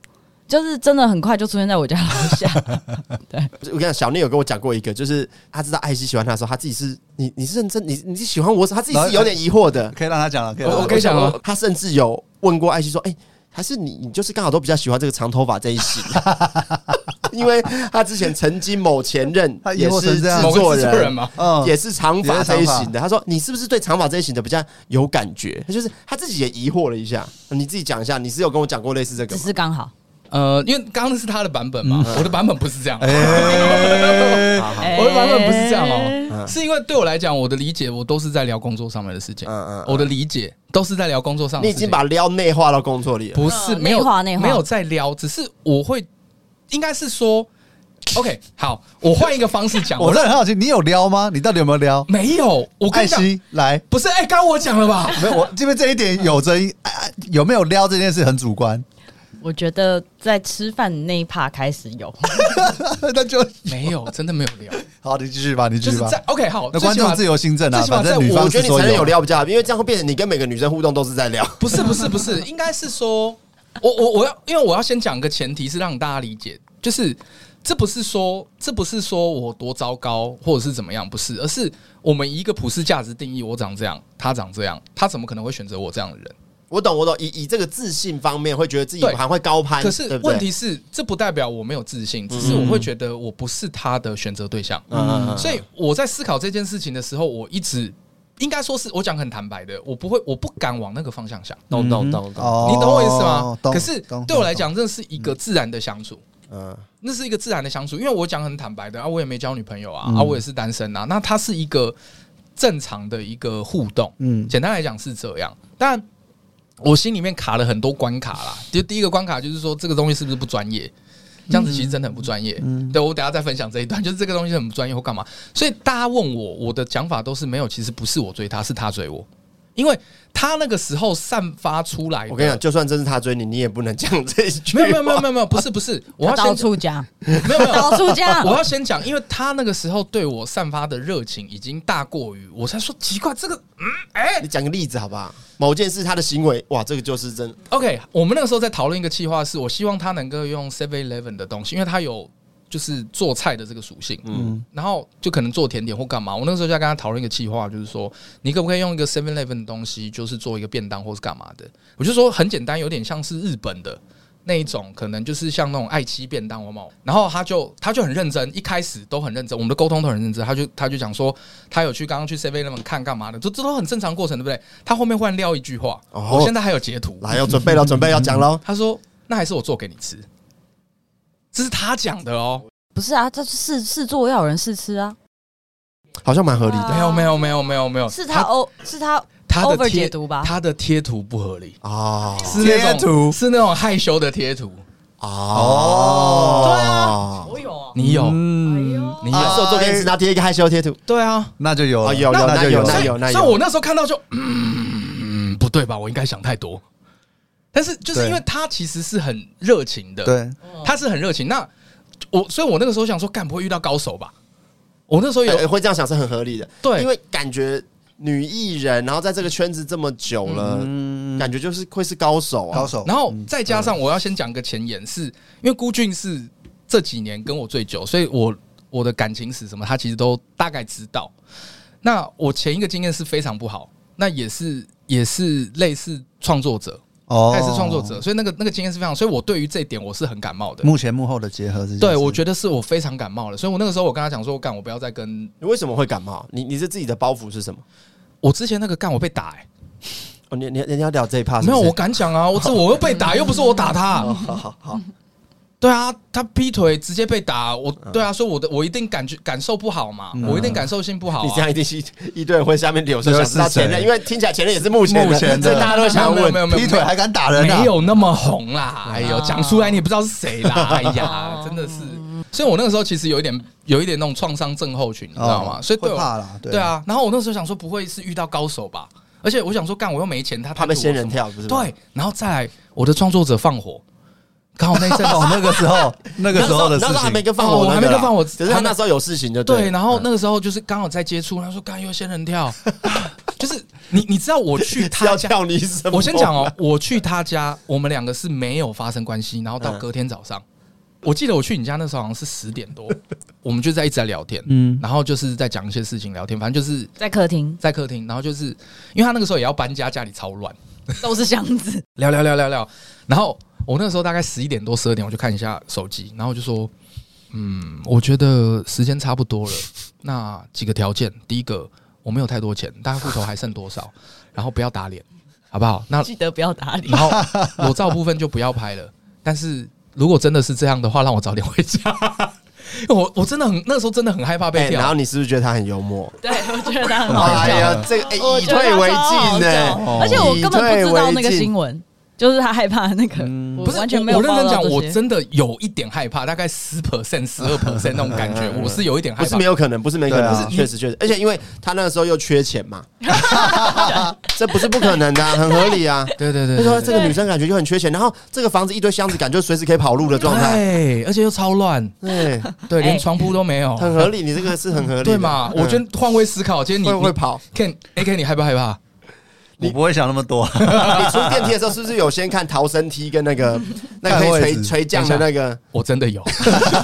S6: 就是真的很快就出现在我家楼下，
S2: 我跟你讲，小聂有跟我讲过一个，就是他知道艾希喜欢他的时候，他自己是你，你是认真，你你是喜欢我，他自己是有点疑惑的。
S3: 可以让他讲了，可以让他
S1: 我可以讲吗
S2: 哦他甚至有问过艾希说：“哎、还是你，你就是刚好都比较喜欢这个长头发这一型。” 因为他之前曾经某前任
S3: 他疑
S2: 也
S3: 惑
S2: 是
S3: 成这样
S1: 某
S2: 制
S1: 个
S2: 作
S1: 制作人
S2: 人。
S1: 吗？
S3: 嗯，
S2: 也是长发
S3: 也是
S2: 这
S3: 长
S2: 一
S3: 发
S2: 型的，他说你是不是对长发这一型的比较有感觉？他就是他自己也疑惑了一下，你自己讲一下，你是有跟我讲过类似这个
S6: 只
S2: 吗？
S6: 是刚好。
S1: 呃，因为刚刚那是他的版本嘛，
S3: 嗯
S1: 我的版本不是这样。
S3: 哎，
S2: 好好
S6: 哎
S1: 我的版本不是这样哦、
S2: 嗯
S1: 是因为对我来讲，我的理解我都是在聊工作上面的事情，
S2: 嗯
S1: 我的理解都是在聊工作上
S2: 你
S1: 的
S2: 已
S1: 事情。
S2: 经把撩内化到工作里了。
S1: 不是
S6: 嗯
S1: 没有
S6: 内化内化
S1: 没有在撩，只是我会应该是说，OK，好，我换一个方式讲，
S3: 我
S1: 我
S3: 真的很好奇，你有撩吗？你到底有没有撩？
S1: 没有，我跟
S3: 艾
S1: 你讲，
S3: 希来，
S1: 不是，哎、刚刚我讲了吧？
S3: 没有，我这边这一点有争议， 哎哎有没有撩这件事很主观，
S6: 我觉得在吃饭那一趴开始 有，
S3: 那就
S1: 没有，真的没有 聊，
S3: 好，你继续吧，你继
S1: 就
S3: 续
S1: 是
S3: 吧。
S1: 在 OK 好，最
S3: 那观
S1: 起码
S3: 众自由新政啊，
S1: 最起码
S3: 反
S1: 在
S3: 正女
S2: 我
S3: 方
S2: 觉
S3: 是
S2: 得你承
S3: 说
S2: 认有撩比较好，因为这样会变成你跟每个女生互动都是在撩。
S1: 不是不是不是，应该是说，我我我要，因为我要先讲个前提是让大家理解，就是这不是说这不是说我多糟糕或者是怎么样，不是，而是我们以一个普世价值定义，我长这样，他长这样，他怎么可能会选择我这样的人？
S2: 我懂，我懂。以以这个自信方面，会觉得自己
S1: 对
S2: 还会高攀，
S1: 可是
S2: 对不对
S1: 问题是，这不代表我没有自信，只是我会觉得我不是他的选择对象。
S2: 嗯
S1: 所以我在思考这件事情的时候，我一直应该说是我讲很坦白的，我不会，我不敢往那个方向想。
S2: 嗯懂懂懂懂，
S3: 哦
S1: 你懂我意思吗？
S3: 懂
S1: 可是
S3: 懂
S1: 对我来
S3: 懂
S1: 讲，这是一个自然的相处，
S2: 嗯，
S1: 那是一个自然的相处，因为我讲很坦白的啊，我也没交女朋友啊，
S3: 嗯
S1: 啊，我也是单身啊，那它是一个正常的一个互动。
S3: 嗯，
S1: 简单来讲是这样，但我心里面卡了很多关卡啦。就第一个关卡就是说，这个东西是不是不专业？这样子其实真的很不专业。
S3: 嗯
S1: 对我等一下再分享这一段， 就是这个东西很不专业或干嘛。所以大家问我，我的讲法都是没有，其实不是我追他，是他追我，因为他那个时候散发出来的。
S2: 我跟你讲，就算真是他追你，你也不能讲这一句。
S1: 没有没有没有没有没有，不是不是，我要
S6: 到
S1: 先
S6: 处讲，
S1: 没 有没有
S6: 到处讲
S1: 我。要先讲，因为他那个时候对我散发的热情已经大过于，我才说奇怪，这个
S2: 你讲个例子好不好？某件事他的行为，哇，这个就是真
S1: OK，我们那个时候在讨论一个计划，是我希望他能够用 Seven Eleven 的东西，因为他有就是做菜的这个属性，嗯，然后就可能做甜点或干嘛。我那个时候就在跟他讨论一个计划，就是说你可不可以用一个 Seven Eleven 的东西，就是做一个便当或是干嘛的。我就说很简单，有点像是日本的。那一种可能就是像那种爱妻便当，好不好？然后他就他就很认真，一开始都很认真，我们的沟通都很认真。他就他就讲说，他有去刚刚去 Seven Eleven 看干嘛的，这这都很正常过程，对不对？他后面忽然撂一句话，
S2: 哦
S1: 我现在还有截图，
S2: 来，要准备了，准备要讲喽。
S1: 他说：“那还是我做给你吃。”这是他讲的哦。
S6: 不是啊，这是试试做要有人试吃啊。
S2: 好像蛮合理的
S1: 没有没有没有没有没有，
S6: 是哦他欧是他
S1: 他的
S6: over
S1: 贴
S6: 解读吧
S1: 他的贴图不合理，
S2: 啊
S1: 是那
S3: 贴图
S1: 种是那种害羞的贴图，
S2: 哦，
S6: 我有啊，
S1: 你有
S3: 嗯，
S1: 你
S2: 啊，
S1: 有
S2: 是我做给你吃，然后贴一个害羞贴图，
S1: 对啊，
S3: 那就有
S2: 哦
S3: 了，
S2: 有有
S3: 那
S2: 那
S3: 就
S2: 有
S3: 了
S2: 那
S1: 所以
S2: 有那有，
S1: 所以我那时候看到就嗯不对吧，我应该想太多，但是就是
S3: 对
S1: 因为他其实是很热情的，
S3: 对，
S1: 他是很热情。那我，所以我那个时候想说，干不会遇到高手吧？我那时候有、
S2: 呃会这样想是很合理的，
S1: 对
S2: 因为感觉女艺人，然后在这个圈子这么久了，
S3: 嗯，
S2: 感觉就是会是高手啊，
S3: 高手，嗯
S1: 然后再加上我要先讲个前言，是因为孤俊是这几年跟我最久，所以我我的感情史什么，他其实都大概知道。那我前一个经验是非常不好，那也是也是类似创作者，
S3: 哦
S1: 他也是创作者，所以那个那个经验是非常，所以我对于这一点我是很感冒的。
S3: 幕前幕后的结合这件事，
S1: 对，我觉得是我非常感冒了，所以我那个时候我跟他讲说，干我不要再跟
S2: 你为什么会感冒？你你是自己的包袱是什么？
S1: 我之前那个干我被打、欸，
S2: 哦，你你你要聊这一趴是
S1: 没
S2: 不
S1: 有，
S2: 是
S1: 我敢讲啊，我这我又被打，又不是我打他。
S2: 好好 好，
S1: 对啊，他劈腿直接被打，我
S2: 嗯
S1: 对啊，所以我的我一定感觉感受不好嘛，我一定感受性不好、啊。
S2: 你这样一定是一堆人会下面留着
S3: 留
S2: 想
S3: 着
S2: 知道
S3: 是谁
S2: 前任，因为听起来前任也是目前
S3: 目前
S2: 的，
S3: 的
S2: 所以大家都想要
S1: 没有
S2: 问
S1: 没有没有
S3: 劈腿还敢打人啊？
S1: 没有那么红
S2: 嗯
S1: 啦，哎呦，讲出来你也不知道是谁 啦，哎呀，真的是。所以我那个时候其实有一点有一点那种创伤症候群，你知
S3: 哦，
S1: 道
S2: 嗯
S1: 吗？所以对
S3: 会
S1: 我
S3: 怕啦，
S1: 对，啊，然后我那时候想说不会是遇到高手吧？而且我想说干我又没钱，他
S2: 怕被仙人
S1: 跳。
S2: 跳，不是吗？
S1: 对，然后再来我的创作者放火，刚好那一阵子
S3: 哦，那个 时候那个时候的事
S2: 那时候还没
S3: 情，
S2: 跟放
S1: 哦我
S2: 火那个啦，
S1: 还没跟放火
S2: 只是他那时候有事情就
S1: 对，
S2: 对。嗯
S1: 然后那个时候就是刚好在接触，他说刚又仙人跳， 就是你你知道我 去
S2: 是
S1: 他
S2: 要
S1: 家，
S2: 叫你什么？
S1: 我先讲哦，我去他家，我们两个是没有发生关系，然后到
S2: 嗯
S1: 隔天早上，我记得我去你家那时候好像是十点 多，我们就在一直在聊天，
S3: 嗯，
S1: 然后就是在讲一些事情聊天，反正就是
S6: 在客厅
S1: 在客厅，然后就是因为他那个时候也要搬家，家里超乱，
S6: 都是箱子，
S1: 聊聊聊聊聊，然后我那个时候大概十一点多十二点，我就看一下手机，然后我就说，嗯，我觉得时间差不多了，那几个条件，第一个我没有太多钱，大概户头还剩多少，然后不要打脸，好不好？ 那
S6: 记得不要打理
S1: 然。后裸照部分就不要拍了。但是如果真的是这样的话，让我早点回家。 因为我我真的很那时候真的很害怕被
S2: 哎，
S1: 跳，
S2: 然后你是不是觉得他很幽默？
S6: 对，我觉得他很好
S2: 哎
S6: 笑。
S2: 呀，这个哎
S6: 我
S2: 以
S6: 觉得
S2: 退
S6: 他
S2: 为
S6: 超好
S2: 进
S6: 笑
S1: 哦
S2: 呢。
S3: 哦
S6: 而且我根本不知道
S2: 以退
S6: 那个
S2: 为进
S6: 新闻，就是他害怕的那个，
S3: 嗯
S6: 我
S1: 不是
S6: 完全没有
S1: 我。我认真
S6: follow
S1: 讲，
S6: 这
S1: 我
S6: 些
S1: 真的有一点害怕，大概十 percent、十二 percent 那种感觉，我是有一点害
S2: 不
S1: 怕。
S2: 是没有可能，不是没可
S3: 对啊
S2: 能，确实确实，而且因为他那个时候又缺钱 嘛，这不是不可能的啊，很合理啊。
S1: 对对
S2: 他
S1: 对
S2: 说
S1: 对
S2: 这个女生感觉就很缺钱，然后这个房子一堆箱子，感觉随时可以跑路的状态，
S1: 对，而且又超乱，
S2: 对，
S1: 对，连
S6: 哎
S1: 床铺都没有，
S2: 很合理。你这个是很合理的，
S1: 对嘛？我觉
S2: 得
S1: 得换位思考，今天你
S2: 会不会
S1: 你
S2: 跑？
S1: Ken A K 你害不害怕？
S3: 我不会想那么多，
S2: 你出电梯的时候是不是有先看逃生梯跟那 个那个可以
S3: 看位
S2: 垂
S3: 置
S2: 垂降的那个？
S1: 我真的有，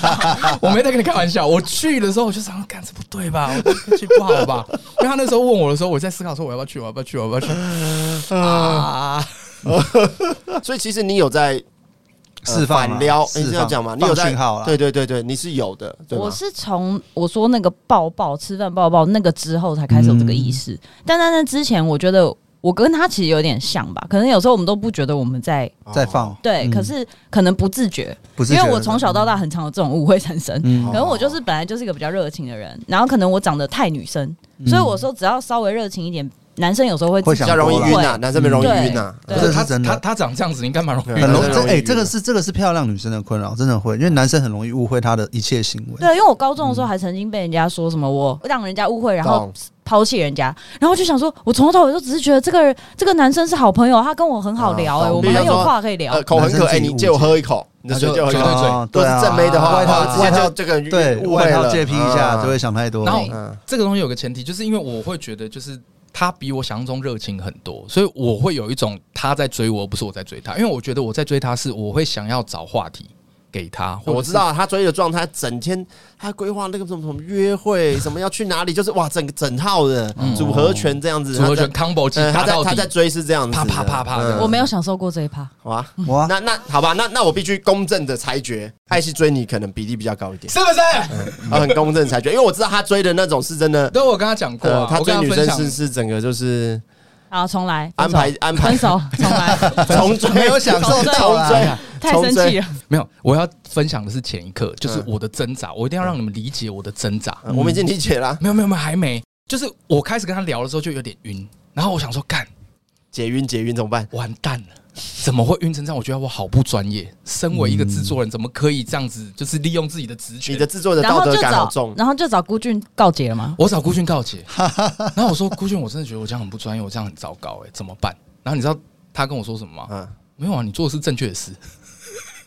S1: 我没在跟你开玩笑。我去的时候我就想说，干这不对吧？我去不好吧？ 因为他那时候问我的时候，我在思考说我要不要去，我要不要去，我要不要去 啊？
S2: 所以其实你有在呃
S3: 释放嘛
S2: 反撩，
S3: 释
S2: 你
S3: 放
S2: 是要讲嘛？你有
S3: 放
S2: 在
S3: 讯号啦
S2: 对对对对，你是有的，对
S6: 我
S2: 吗？
S6: 是从我说那个抱抱、吃饭抱抱那个之后才开始有这个意
S3: 嗯
S6: 识，但在那之前，我觉得我跟他其实有点像吧，可能有时候我们都不觉得我们在
S3: 再放，
S6: 对，
S3: 嗯
S6: 可是可能不自觉，
S3: 不是
S6: 哦因
S3: 觉得，
S6: 为我从小到大很常有这种误会产生。
S3: 嗯
S6: 可能我就是本来就是一个比较热情的人，然后可能我长得太女生，
S3: 嗯
S6: 所以我说只要稍微热情一点，男生有时候会
S3: 会
S2: 比
S3: 想
S2: 较容易晕
S6: 多
S2: 啊，
S6: 了
S2: 男生们容易
S3: 嗯
S2: 晕啊。
S6: 对
S3: 这
S1: 他
S3: 是真
S1: 他
S3: 的。
S1: 他长这样子，你干嘛容易？
S3: 很
S2: 男
S3: 容
S2: 生
S3: 这
S2: 容易
S3: 哎、
S2: 晕
S3: 这个是这个是漂亮女生的困扰，真的会，因为男生很容易误会她的一切行为。
S6: 对，因为我高
S2: 嗯
S6: 中的时候还曾经被人家说什么我让人家误会，然后
S2: 懂
S6: 抛弃人家，然后我就想说，我从头到尾都只是觉得这个人这个男生是好朋友，他跟我很好聊、
S2: 啊
S6: 哎、
S2: 懂
S6: 我们很
S2: 比如
S6: 有
S2: 说
S6: 话可以聊。
S2: 呃，口很渴，哎，
S3: 男生自己
S2: 你借我喝一口，你的水借我喝一
S1: 对
S2: 口。
S1: 对
S3: 啊
S2: 都
S3: 对
S2: 是
S3: 啊，
S2: 正妹的话，
S3: 外
S2: 哇
S3: 套
S2: 直
S3: 外
S2: 接就
S3: 套
S2: 这个
S3: 对
S2: 误会
S3: 外套
S2: 了，
S3: 借劈一下
S2: 嗯
S3: 就会想太多。
S1: 然后
S2: 嗯
S1: 这个东西有个前提，就是因为我会觉得就是。他比我想象中热情很多，所以我会有一种他在追我，而不是我在追他。因为我觉得我在追他是我会想要找话题给他，或者
S2: 我
S1: 是
S2: 知道他追的状态，整天他规划那个什么什么约会，什么要去哪里，就是哇，整个整套的
S3: 嗯
S2: 组合拳这样子，
S1: 组合拳 combo 技
S2: 他
S1: 打
S2: 在。嗯，他在
S1: 到
S2: 他在
S1: 底，
S2: 追是这样子
S1: 啪
S2: 的，
S1: 啪啪啪嗯的
S6: 我没有享受过这一趴，
S2: 好吧，
S3: 哇，
S2: 那那好吧，那那我必须公正的裁决，艾希追你可能比例比较高一点，
S1: 是不是？
S2: 啊，很公正的裁决，因为我知道他追的那种是真的，
S1: 对，我跟他讲过
S2: 呃，
S1: 啊，
S2: 他
S1: 我
S2: 追
S1: 跟他
S2: 女
S1: 分
S2: 生
S1: 享
S2: 是是整个就是
S6: 好，重来，
S2: 安
S6: 分手
S2: 排安排
S6: 分手，重 来，
S2: 重追，
S3: 没有享受
S6: 重
S3: 到
S2: 重
S1: 哎
S3: 啦。
S2: 追，
S6: 太生气了，
S1: 没有，我要分享的是前一刻，就是我的挣扎，我一定要让你们理解我的挣扎。
S2: 嗯我们已经理解啦，
S1: 没有没有没有，还没，就是我开始跟他聊的时候就有点晕，然后我想说，干
S2: 解晕解晕怎么办？
S1: 完蛋了，怎么会晕成这样？我觉得我好不专业，身为一个制作人，怎么可以这样子？就是利用自己的职
S2: 你
S1: 权
S2: 的。制作人的
S6: 然
S2: 道
S6: 后
S2: 德
S6: 就
S2: 感好
S6: 找
S2: 重，，
S6: 然后就找孤俊告解了吗？
S1: 我找顾俊告 解，然后我说顾俊，我真的觉得我这样很不专业，我这样很糟糕、哎，怎么办？然后你知道他跟我说什么吗？
S2: 嗯，
S1: 没有啊，你做的是正确的事，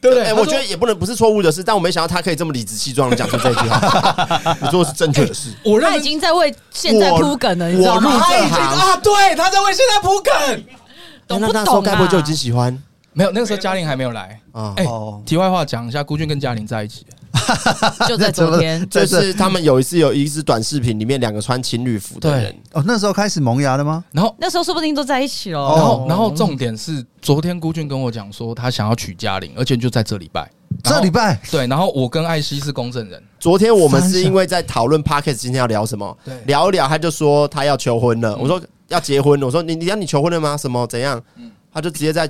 S1: 对不对？
S2: 哎，
S1: 他说
S2: 我觉得也不能不是错误的事，但我没想到他可以这么理直气壮的讲出这一句 话，你做的是正确的事。
S1: 我认
S6: 他已
S1: 真
S6: 经在为现在铺梗了，你知道
S2: 我入
S6: 吗？
S2: 这行，
S1: 啊，对，他在为现在铺梗。
S6: 懂
S2: 那
S6: 不
S2: 那时候
S6: 懂
S2: 该不会
S6: 啊？
S2: 就已经喜欢
S1: 没有，那
S2: 哎
S1: 个时候嘉玲还没有来。
S2: 啊？，
S1: 哎、
S3: 哦
S1: 题外话讲一下，孤俊跟嘉玲在一起，
S6: 就在昨 天
S2: 就是他们有一次有一支短视频，里面两个穿情侣服的人，
S3: 哦，那时候开始萌芽的吗？
S1: 然后，
S6: 那时候说不定都在一起了。
S1: 然后，
S3: 哦
S1: 然后重点是，昨天孤俊跟我讲说，他想要娶嘉玲，而且就在这礼拜。然后
S3: 这礼拜
S1: 对，然后我跟艾希是公证人，
S2: 昨天我们是因为在讨论 Parkes 今天要聊什么
S1: 对，嗯
S2: 聊一聊他就说他要求婚了，我说要结婚了，我说你你要你求婚了吗？什么怎样？
S1: 嗯
S2: 他就直接在，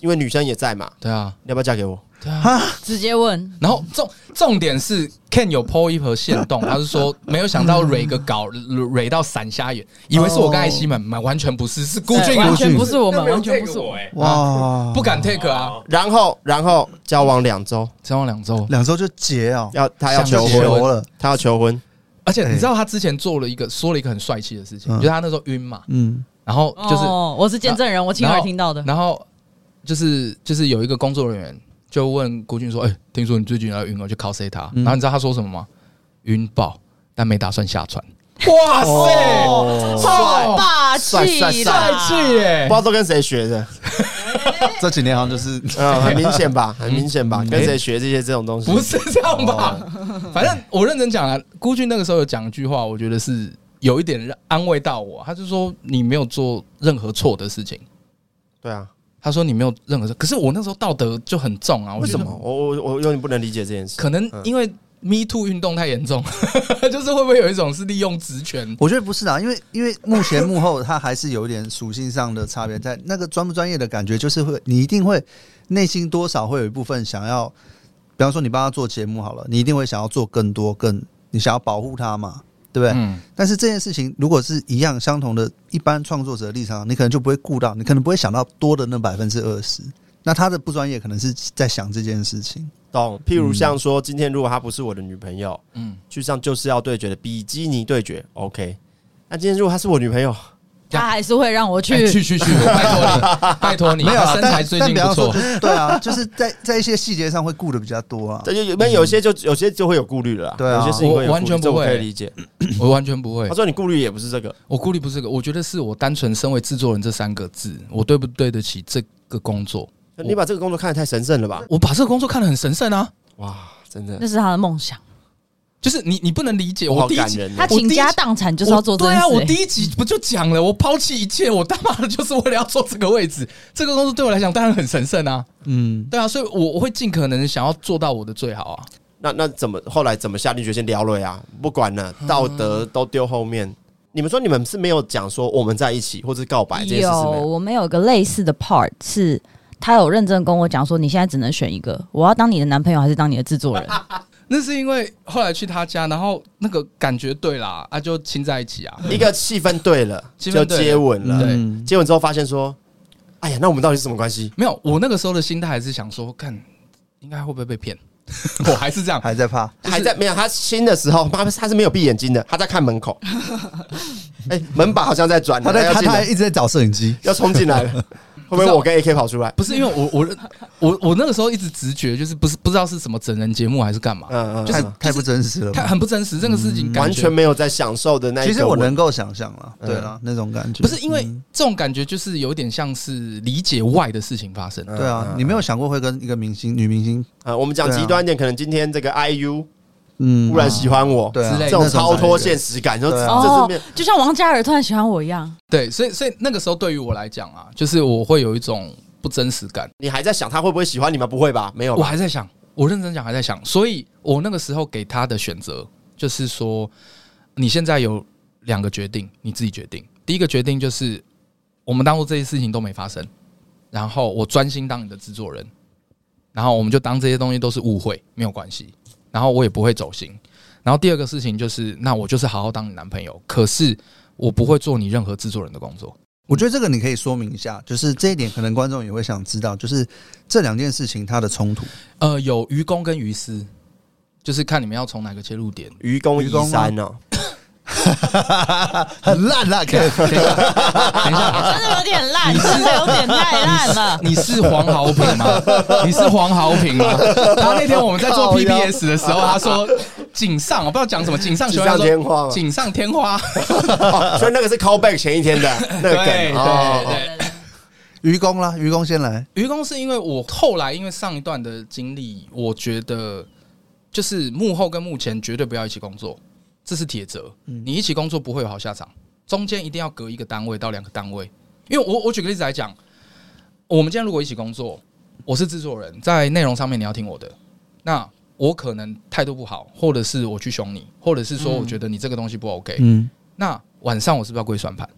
S2: 因为女生也在嘛，
S1: 对啊，
S2: 你要不要嫁给我？
S1: 对啊。
S6: 直接问，
S1: 然后重重点是，Ken 有 PO 一盒线动，他是说没有想到
S3: 嗯
S1: 蕊个稿蕊到闪瞎眼，以为是我跟艾希
S3: 哦
S1: 们，买完全不是，是孤俊
S6: 对呃完
S1: 有
S6: 全不是我
S5: 那
S6: 们，
S5: 没有
S6: 完全不
S5: take
S6: 是我。
S5: 哎，
S3: 哇，
S1: 不敢 take 啊，
S5: 哦
S2: 然后然后交往两周，
S1: 交往两周，
S3: 两周就结哦，
S2: 要他要求
S1: 想
S2: 婚，
S1: 求
S3: 球了，
S2: 他要求婚，
S1: 而且你知道他之前做了一个说了一个很帅气的事情，
S3: 哎嗯
S1: 就是他那时候晕嘛，
S3: 嗯，
S1: 然后欸就是、
S6: 哦，我是见证人，我亲
S1: 然
S6: 耳
S1: 后
S6: 听到的。
S1: 然后就是就是有一个工作人员就问郭俊说：“哎、听说你最近要晕了，就 cos 他。
S3: 嗯
S1: 然后你知道他说什么吗？晕爆，但没打算下船。哇塞，
S2: 帅
S6: 霸气
S2: 帅
S6: 啦
S2: 帅
S1: 帅气耶
S2: 不知！道都跟谁学 的，
S3: 这几年好像就是
S2: 嗯，很明显吧，很明显吧，
S1: 嗯
S2: 跟谁学这些这种东西？
S1: 不是这样吧？反正我认真讲啊，郭俊那个时候有讲一句话，我觉得是有一点让安慰到我。他就说你没有做任何错的事情。
S2: 对啊，
S1: 他说你没有任何错，可是我那时候道德就很重啊。我
S2: 为
S1: 觉得
S2: 什么？我我我有点不能理解这件事。
S1: 可能
S2: 嗯
S1: 因为 Me Too 运动太严重， 就是会不会有一种是利用职权？
S3: 我觉得不是啦，因为因为目前幕后它还是有一点属性上的差别，在那个专不专业的感觉，就是会你一定会内心多少会有一部分想要，比方说你帮他做节目好了，你一定会想要做更多更，你想要保护他嘛，对不对？
S1: 嗯，
S3: 但是这件事情如果是一样相同的，一般创作者的立场，你可能就不会顾到，你可能不会想到多的那百分之二十。那他的不专业可能是在想这件事情，
S2: 懂，譬如像说，今天如果她不是我的女朋友，
S1: 嗯
S2: 嗯，去上就是要对决的比基尼对决，OK。那今天如果她是我女朋友，
S6: 他还是会让我
S1: 哎
S6: 去。
S1: 去去去，我拜 托你，拜托你，
S3: 没有啊
S1: 他身材
S3: 但
S1: 最
S3: 但
S1: 近
S3: 比
S1: 不
S3: 方说
S1: 错
S3: 就，是对啊，就是在在一些细节上会顾的比较多 啊。
S2: 这就有没有有些就有些就会有顾虑了啦，
S3: 对
S2: 有
S3: 啊
S2: 些事情会有顾虑
S1: 我完全不
S2: 这我
S1: 会
S2: 可以理解。
S1: 我完全不会
S2: 她。说你顾虑也不是这个，
S1: 我顾虑不是这个，我觉得是我单纯身为制作人这三个字，我对不对得起这个工作？我
S2: 你把这个工作看得太神圣了吧？
S1: 我把这个工作看得很神圣啊，
S2: 哇，真的
S6: 那，是他的梦想，
S1: 就是你你不能理解。
S2: 我
S1: 我
S2: 好
S1: 第一
S2: 感
S1: 集
S2: 人哦。
S6: 他倾家荡产就是要做这
S1: 我
S6: 件
S1: 对
S6: 事、
S1: 啊，我
S6: 欸
S1: 第一集不就讲了，我抛弃一切，我他妈的就是为了要做这个位置。这个工作对我来讲当然很神圣啊，
S3: 嗯，
S1: 对啊，所以我我会尽可能想要做到我的最好啊。
S2: 那那怎么后来怎么下定决心聊了呀？不管了，
S1: 啊
S2: 道德都丢后面。你们说你们是没有讲说我们在一起或是告白这件事是
S6: 有，
S2: 没有？
S6: 哎我们有个类似的 part 是。他有认真跟我讲说，你现在只能选一个，我要当你的男朋友还是当你的制作人？
S1: 那是因为后来去他家，然后那个感觉对啦，啊就亲在一起啊，
S2: 一个气氛对了，
S1: 气氛
S2: 就
S1: 对了
S2: 接吻了。
S1: 对
S3: 嗯
S2: 接吻之后发现说，哎呀，那我们到底是什么关系？
S1: 没有，我那个时候的心态还是想说，看应该会不会被骗， 我还是这样。
S3: 还在怕。
S1: 就是
S2: 还在没有他亲的时候，他他是没有闭眼睛的，他在看 门口。哎、门把好像在转，
S3: 他在
S2: 要
S3: 他
S2: 进
S3: 他还
S2: 来，
S3: 一直在找摄影机，
S2: 要冲进来 了。会不会我跟 AK 跑出来？
S1: 不是因啊为我我我我那个时候一直直觉就是不是不知道是什么整人节目还是干嘛，
S2: 嗯嗯，
S1: 就是
S2: 嗯
S3: 太不真实了吧。
S1: 他很不真实，这个事情感觉
S2: 完全没有在享受的那一个
S3: 其
S2: 吻。
S3: 实我能够想象了，
S2: 嗯
S3: 对啊，那种感觉
S1: 不是因为
S3: 嗯
S1: 这种感觉就是有点像是理解外的事情发生。
S2: 嗯
S3: 对啊，
S2: 嗯
S3: 你没有想过会跟一个明星、女明星，
S2: 啊、我们讲
S3: 对啊
S2: 极端一点，可能今天这个 IU
S3: 嗯，
S2: 忽然喜欢我，
S3: 对啊
S1: 之类
S2: 这
S1: 的
S2: 种超脱
S3: 线，
S2: 现实感，就
S3: 对啊
S1: 哦
S2: 这是面
S6: 哦就像王嘉尔突然喜欢我一样，
S1: 对，所以所以那个时候对于我来讲啊，就是我会有一种不真实感。
S2: 你还在想他会不会喜欢你吗？不会吧，没有
S1: 我
S2: 吧。
S1: 还在想，我认真讲还在想，所以我那个时候给他的选择就是说，你现在有两个决定，你自己决定。第一个决定就是我们当做这些事情都没发生，然后我专心当你的制作人。然后我们就当这些东西都是误会，没有关系。然后我也不会走心。然后第二个事情就是，那我就是好好当你男朋友，可是我不会做你任何制作人的工作。
S3: 我觉得这个你可以说明一下，就是这一点可能观众也会想知道，就是这两件事情它的冲突。
S1: 呃，有愚公跟愚私，就是看你们要从哪个切入点。
S2: 愚公
S3: 愚
S2: 移
S3: 公吗
S2: 山哦，
S3: 很烂啦，可以
S1: 等一下，等一下，
S6: 真的有点 烂，真的有点太烂了。
S1: 你是黄豪平吗？你是黄豪平吗？他那天我们在做
S2: 靠腰
S1: PPS 的时候，他说井上，我不知道讲什么，井上
S2: 锦
S1: 学
S2: 上添花 嘛
S1: 井上天花，
S2: 哦所以那个是 callback 前一 天的那个
S1: 对
S2: 梗
S1: 对
S2: 哦。
S1: 对。
S3: 愚公啦，愚公先来。
S1: 愚公是因为我后来因为上一段的经历，我觉得就是幕后跟幕前绝对不要一起工作，这是铁则。你一起工作不会有好下场，中间一定要隔一个单位到两个单位。因为我我举个例子来讲，我们今天如果一起工作，我是制作人，在内容上面你要听我的，那我可能态度不好，或者是我去凶你，或者是说我觉得你这个东西不 OK，、
S3: 嗯，
S1: 那晚上我是不是要跪算盘？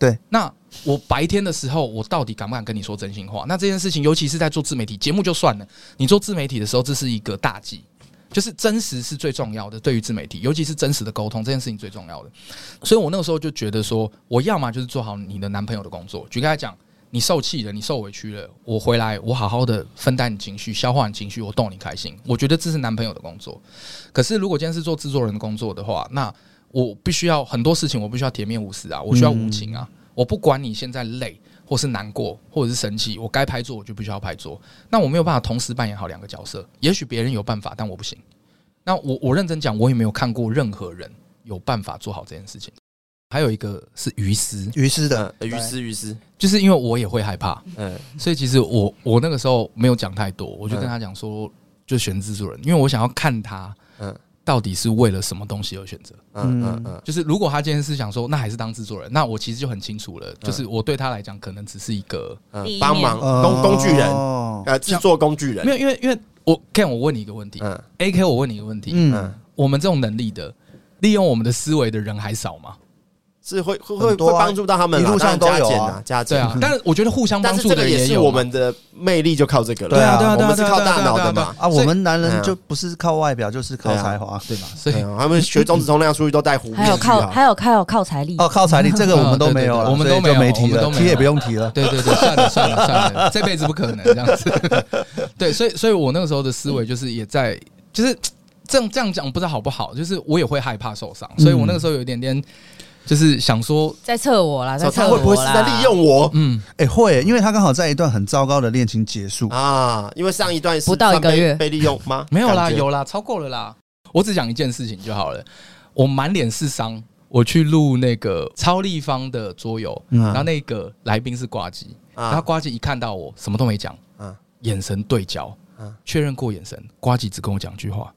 S3: 对，
S1: 那我白天的时候，我到底敢不敢跟你说真心话？那这件事情，尤其是在做自媒体节目就算了，你做自媒体的时候，这是一个大忌，就是真实是最重要的。对于自媒体，尤其是真实的沟通，这件事情最重要的。所以我那个时候就觉得说，我要么就是做好你的男朋友的工作。举个来讲，你受气了，你受委屈了，我回来，我好好的分担你情绪，消化你情绪，我逗你开心。我觉得这是男朋友的工作。可是如果今天是做制作人的工作的话，那我必须要很多事情，我必须要铁面无私啊，我需要无情啊，我不管你现在累或是难过或者是生气，我该拍做我就必须要拍做。那我没有办法同时扮演好两个角色，也许别人有办法，但我不行。那我我认真讲，我也没有看过任何人有办法做好这件事情。还有一个是于私，
S3: 愚师的
S2: 嗯，于是于是，
S1: 就是因为我也会害怕，
S2: 嗯，
S1: 所以其实我我那个时候没有讲太多，我就跟他讲说，就选制作人，因为我想要看他，
S2: 嗯
S1: 到底是为了什么东西而选择。
S2: 嗯嗯嗯，
S1: 就是如果他今天是想说，那还是当制作人，那我其实就很清楚
S2: 嗯
S1: 了，就是我对他来讲，可能只是一个
S6: 第一
S2: 嗯，帮忙工工具人，
S3: 哦
S2: 呃，制作工具
S1: 没
S2: 人，
S1: 有，因为因为我 Ken，我问你一个问题
S2: 嗯
S1: ，A K，我问你一个问题，
S3: 嗯，
S2: 嗯，
S1: 我们这种能力的，利用我们的思维的人还少吗？
S2: 嗯是会会会
S3: 很多
S2: 会
S3: 啊
S2: 帮助到他们啦，
S3: 一路上
S2: 当然加
S3: 都有
S2: 减
S3: 啊
S2: 啊，加
S1: 对
S2: 减
S1: 啊，但是我觉得互相
S2: 但
S1: 帮
S2: 是
S1: 助
S2: 这
S1: 的
S2: 个
S1: 人
S2: 也是
S1: 有嘛啊
S2: 我们的魅力，就靠这个了。
S3: 对啊
S1: 对啊对啊
S2: 我们是靠
S1: 对啊对啊
S2: 大脑
S1: 对
S2: 的
S1: 啊对
S2: 嘛。
S3: 啊，
S1: 所以
S3: 我们男
S2: 哎
S3: 人
S2: 呀
S3: 就不是靠外表，就是靠
S2: 对啊
S3: 才华，
S1: 对嘛，所以
S2: 对啊他们学中子通那样出去都戴胡须
S6: 还有靠，
S2: 啊
S6: 还有靠，靠财力。
S3: 哦，靠 财力这个我们都没有了，
S1: 啊对对对
S3: 所以就没提
S1: 我们都
S3: 了，
S1: 没有
S3: 提也不用提了。
S1: 对对对，算了算了算了，这辈子不可能这样子。 对，所以所以我那个时候的思维就是也在，就是这样这样讲不知道好不好，就是我也会害怕受伤，所以我那个时候有一点点就是想说，
S6: 在测我啦，在
S2: 哦他
S6: 测
S2: 会不
S6: 我
S2: 会是
S6: 啦。
S2: 在利用我
S1: 嗯，
S3: 哎，会，因为他刚好在一段很糟糕的恋情结束，
S2: 啊？因为上一段是
S6: 不到一个
S2: 算被
S6: 月
S2: 被利用吗？
S1: 没有啦，
S2: 感觉
S1: 有啦，超过了啦。我只讲一件事情就好了，我满脸是伤，我去录那个超立方的桌游，
S3: 嗯
S1: 然后那个来宾是挂机，然后
S2: 啊
S1: 瓜吉一看到我，什么都没讲，
S3: 嗯
S2: 啊
S1: 眼神对焦
S2: 啊，
S1: 确认过眼神，瓜吉只跟我讲一句话：“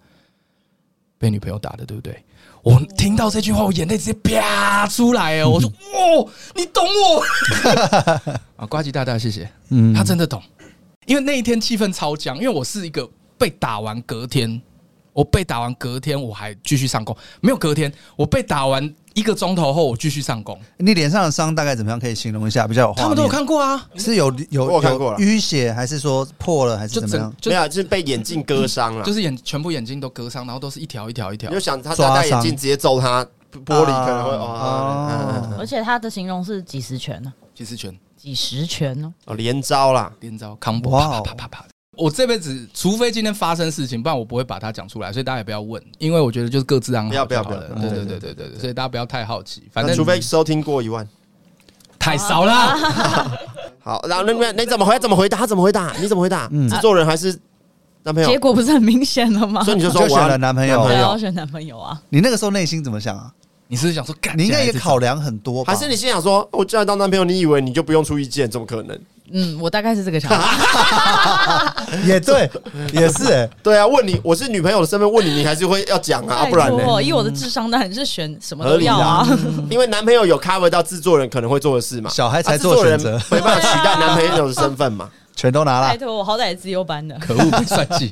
S1: 被女朋友打的，对不对？”我听到这句话，我眼泪直接啪出来哦！我说：“哦，你懂我 啊！”瓜吉大大，谢谢，
S3: 嗯
S1: 他真的懂，因为那一天气氛超僵，因为我是一个被打完隔天，我被打完隔天我还继续上工，没有隔天，我被打完一个钟头后我继续上工，
S3: 你脸上的伤大概怎么样？可以形容一下，比较有画面。
S1: 他们都有看过啊，
S3: 是有有
S2: 我有看过了
S3: 有淤血，还是说破了，还是
S1: 就
S3: 怎么
S1: 整
S3: 样？
S1: 就
S2: 没有，啊就是被眼镜割伤了
S1: 就。是眼全部眼睛都割伤，然后都是一条一条一条
S2: 你就。想他
S3: 抓
S2: 他
S3: 伤
S2: 戴眼镜直接揍他玻璃，可能会
S3: 啊
S2: 哦嗯嗯嗯
S6: 而且他的形容是几十拳呢、
S1: 其实全
S6: 几十拳呢、
S2: 哦连招啦。
S1: 连招 combo，
S3: 哇
S1: 啪啪
S3: 哦
S1: 啪啪啪。我这辈子，除非今天发生事情，不然我不会把它讲出来，所以大家也不要问，因为我觉得就是各自安好
S2: 不要
S1: 就好
S2: 不要
S1: 了
S2: 不要
S1: 对对
S2: 对
S1: 对对对对，所以大家不要太好奇，反
S2: 那
S1: 正
S2: 除非收听过一万。
S1: 太少
S3: 啊
S1: 了。
S2: 好，然后那那你怎么回？怎么回答？他怎么回答？你怎么回答？
S3: 嗯
S2: 制作人还是男朋
S6: 结
S2: 友？
S6: 果不是很明显了吗？
S2: 所以你就
S3: 你
S2: 说
S3: 就
S2: 我
S3: 选
S2: 要
S3: 了男朋友
S2: 男
S6: 对
S2: 朋
S6: 啊，
S2: 友
S6: 我，选男朋友啊，
S3: 你那个时候内心怎么想啊？
S1: 你是不是想说，干
S3: 你应该也考，
S1: 竟然
S3: 量很多吧？
S2: 还是你心想说，哦我既然当男朋友，你以为你就不用出意见？怎么可能？
S6: 嗯，我大概是这个 想
S2: 啊
S6: 法。
S3: 也对，也是欸
S2: 对啊，问你我是女朋友的身份问你，你还是会要讲啊，不
S6: 拜
S2: 然
S6: 托
S2: 呢？
S6: 以我的智商，当然是选什么
S2: 合
S6: 都
S2: 理嗯
S6: 要啊
S2: 啦。，因为男朋友有 cover 到制作人可能会做的事嘛，
S3: 小孩才
S2: 啊
S3: 做选择
S2: 制作人没办法取代男朋友的身份嘛。
S3: 全都拿
S6: 拜
S3: 了。
S6: 托，我好歹也自由班的，
S1: 这可恶，不算计。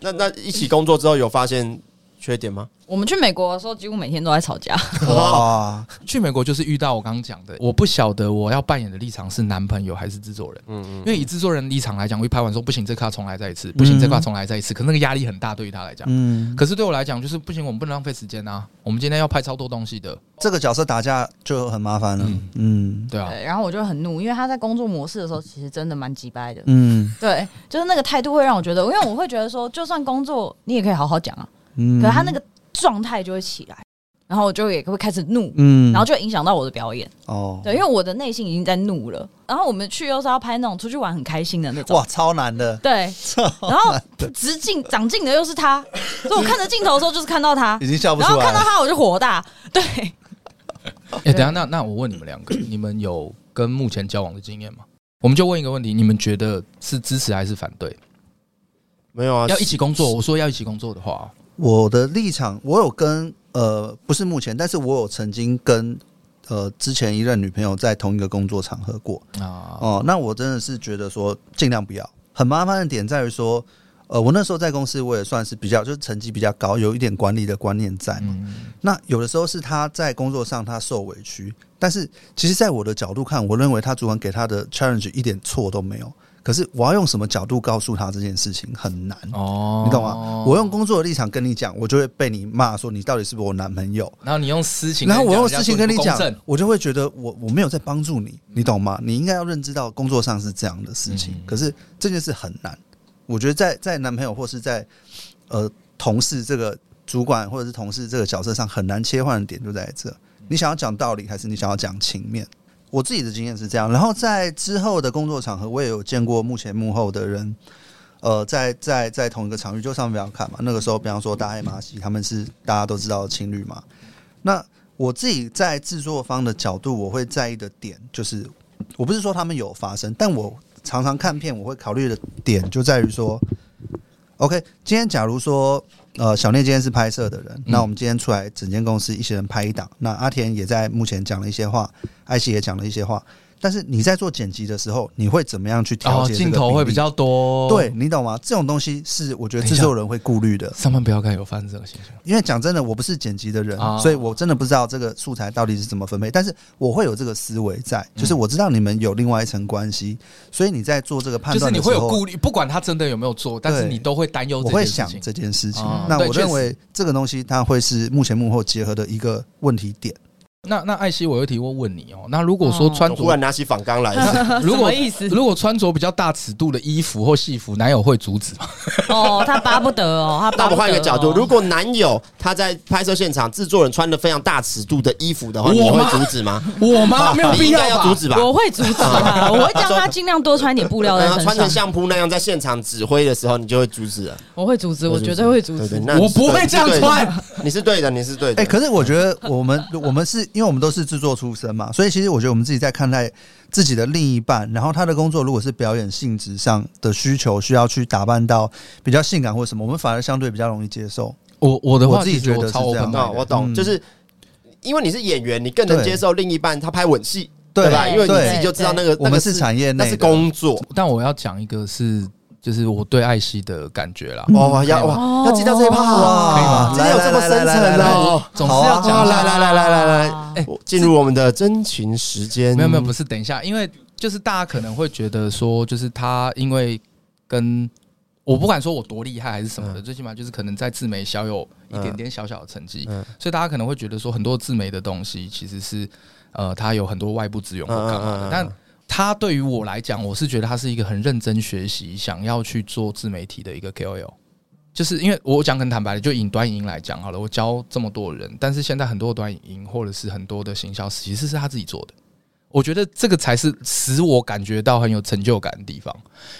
S2: 那那一起工作之后有发现缺点吗？
S6: 我们去美国的时候，几乎每天都在吵架。
S3: 哇，
S1: 去美国就是遇到我刚刚讲的，我不晓得我要扮演的立场是男朋友还是制作人，
S5: 嗯嗯
S1: 因为以制作人立场来讲，会拍完说不行，这卡重来再一次，不行，这卡重来再一次，可那个压力很大，对于他来讲。
S3: 嗯，
S1: 可是对我来讲，就是不行，我们不能浪费时间啊！我们今天要拍超多东西的，
S3: 这个角色打架就很麻烦了，嗯
S1: 对啊，
S6: 对，然后我就很怒，因为他在工作模式的时候，其实真的蛮鸡掰的。
S3: 嗯
S6: 对，就是那个态度会让我觉得，因为我会觉得说，就算工作你也可以好好讲啊，
S3: 嗯，
S6: 可是他那个状态就会起来，然后我就也会开始怒，
S3: 嗯，
S6: 然后就影响到我的表演。
S3: 哦，
S6: 对，因为我的内心已经在怒了。然后我们去又是要拍那种出去玩很开心的那种，
S3: 哇，超难的，
S6: 对，然后直进长进的又是他，所以我看着镜头的时候就是看到他
S3: 已，经笑不
S6: 然
S3: 出
S6: 后看
S3: 来
S6: 到
S3: 了。
S6: 他我就火大，对，
S1: 哎、等一下，那那我问你们两个，你们有跟目前交往的经验吗？我们就问一个问题，你们觉得是支持还是反对？
S2: 没有啊，
S1: 要一起工作，我说要一起工作的话，
S3: 我的立场，我有跟呃，不是目前，但是我有曾经跟呃之前一任女朋友在同一个工作场合过，
S1: 啊、
S3: 哦，那我真的是觉得说尽量不要。很麻烦的点在于说，呃，我那时候在公司我也算是比较就是成绩比较高，有一点管理的观念在嘛。那有的时候是他在工作上他受委屈，但是其实在我的角度看，我认为他主管给他的 challenge 一点错都没有。可是我要用什么角度告诉他这件事情很难，
S1: 哦
S3: 你懂吗？我用，工作的立场跟你讲，我就会被你骂说你到底是不是我男朋友。
S1: 然后你用私情，
S3: 然后我用
S1: 人家
S3: 事
S1: 说
S3: 情跟你
S1: 不公
S3: 讲
S1: 正，
S3: 我就会觉得我我没有在帮助你，你懂吗？你应该要认知到工作上是这样的事情，
S1: 嗯
S3: 可是这件事很难。我觉得在在男朋友或是在呃同事这个主管或者是同事这个角色上很难切换的点就在
S1: 嗯
S3: 这，你想要讲道理还是你想要讲情面？我自己的经验是这样，然后在之后的工作场合，我也有见过幕前幕后的人，呃，在在在同一个场域，就上不要看嘛。那个时候，比方说大爱马戏，他们是大家都知道的情侣嘛。那我自己在制作方的角度，我会在意的点就是，我不是说他们有发生，但我常常看片，我会考虑的点就在于说，OK，今天假如说，呃，小聂今天是拍摄的人，
S1: 嗯
S3: 那我们今天出来整间公司一些人拍一档，那阿田也在目前讲了一些话，艾希也讲了一些话，但是你在做剪辑的时候，你会怎么样去
S1: 哦，
S3: 调节这个
S1: 镜头
S3: 比
S1: 会
S3: 例
S1: 比较多，
S3: 对，你懂吗？这种东西是我觉得制作人会顾虑的，
S1: 上班不要看有发生这个现象，
S3: 因为讲真的，我不是剪辑的人，
S1: 啊
S3: 所以我真的不知道这个素材到底是怎么分配。但是我会有这个思维在，
S1: 嗯
S3: 就是我知道你们有另外一层关系，所以你在做这个判
S1: 就是
S3: 断
S1: 你
S3: 的
S1: 会
S3: 时
S1: 有
S3: 候，
S1: 顾虑，不管他真的有没有做，但是你都会担忧
S3: 我
S1: 这
S3: 会
S1: 件事
S3: 想
S1: 情。
S3: 这件事情。
S1: 啊
S3: 那
S1: 对
S3: 我
S1: 确实
S3: 认为这个东西它会是目前幕后结合的一个问题点。
S1: 那那艾希，我有提问问你哦，那如果说穿
S2: 突然
S1: 着，
S2: 拿起反刚 来，
S1: 如
S6: 什
S1: 果
S6: 么意思
S1: 如果穿着比较大尺度的衣服或戏服，男友会阻止吗？
S6: 哦，他巴不得哦，他
S2: 那
S6: 巴
S2: 我们
S6: 不得、哦。
S2: 换一个角度，如果男友他在拍摄现场，制作人穿的非常大尺度的衣服的话，你
S1: 我
S2: 会
S1: 吗
S2: 阻止吗？
S1: 我 吗？没有
S2: 你
S1: 必
S2: 应该要
S1: 吧
S2: 阻？止吧？
S6: 我会阻止他，我会叫他尽量多穿一点布料在
S2: 然后
S6: 身
S2: 穿成
S6: 上。
S2: 相扑那样在现场指挥的时候，你就会阻止了。
S6: 我会阻止，我绝对会阻
S2: 对
S6: 止
S2: 对。那
S1: 我不会这样
S2: 对的
S1: 穿，
S2: 你是对的，你是对的。
S3: 哎、可是我觉得我们 我们是因为我们都是制作出身嘛，所以其实我觉得我们自己在看待自己的另一半，然后他的工作如果是表演性质上的需求，需要去打扮到比较性感或什么，我们反而相对比较容易接受。
S1: 我我的话，
S3: 我自己
S1: 其实
S3: 觉得是
S1: 超
S3: 这样
S1: open
S2: 那
S1: mind
S2: 哦
S1: 的。
S2: 我懂，
S3: 嗯
S2: 就是因为你是演员，你更能
S3: 对
S2: 接受另一半他拍吻戏，
S3: 对
S2: 吧？因为你
S3: 对
S2: 自己就知道那个
S3: 我
S2: 那
S3: 们
S2: 个
S3: 是产业内
S2: 那
S3: 的
S2: 是工作。
S1: 但我要讲一个是，就是我对艾希的感觉啦。
S3: 哦
S2: 哇，要
S6: 哦
S2: 哇要记到这一趴
S3: 哇
S2: 哇，今天有这么深
S3: 来来来来
S2: 层
S3: 来
S2: 哦。
S1: 总是要
S2: 好
S1: 讲一下
S2: 来来来来来来
S6: 啊，
S2: 哎进入我们的真情时间。
S1: 没有没有，不是，等一下，因为就是大家可能会觉得说，就是他因为跟我不管说我多厉害还是什么的，最起码就是可能在自媒小有一点点小小的成绩，
S2: 嗯
S1: 所以大家可能会觉得说，很多自媒的东西其实是呃，他有很多外部资源或干嘛
S2: 嗯嗯嗯嗯
S1: 的
S2: 嗯，
S1: 但。他对于我来讲，我是觉得他是一个很认真学习、想要去做自媒体的一个 KOL。就是因为我讲很坦白的，就以短影音来讲好了，我教这么多人，但是现在很多短影音或者是很多的行销，其实是他自己做的。我觉得这个才是使我感觉到很有成就感的地方，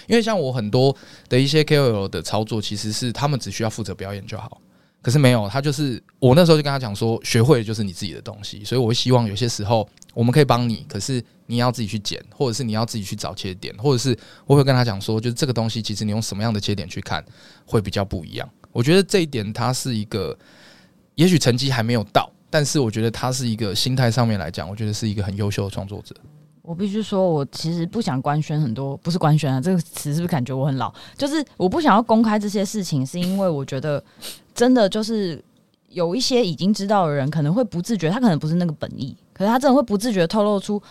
S1: 因为像我很多的一些 KOL 的操作，其实是他们只需要负责表演就好。可是没有，他就是我那时候就跟他讲说，学会的就是你自己的东西，所以我会希望有些时候我们可以帮你，可是你要自己去剪，或者是你要自己去找切点，或者是我会跟他讲说，就是这个东西其实你用什么样的切点去看会比较不一样。我觉得这一点它是一个，也许成绩还没有到，但是我觉得他是一个心态上面来讲，我觉得是一个很优秀的创作者。
S6: 我必须说，我其实不想官宣很多，不是官宣啊，这个词是不是感觉我很老？就是我不想要公开这些事情，是因为我觉得真的就是有一些已经知道的人，可能会不自觉，他可能不是那个本意，可是他真的会不自觉地透露出。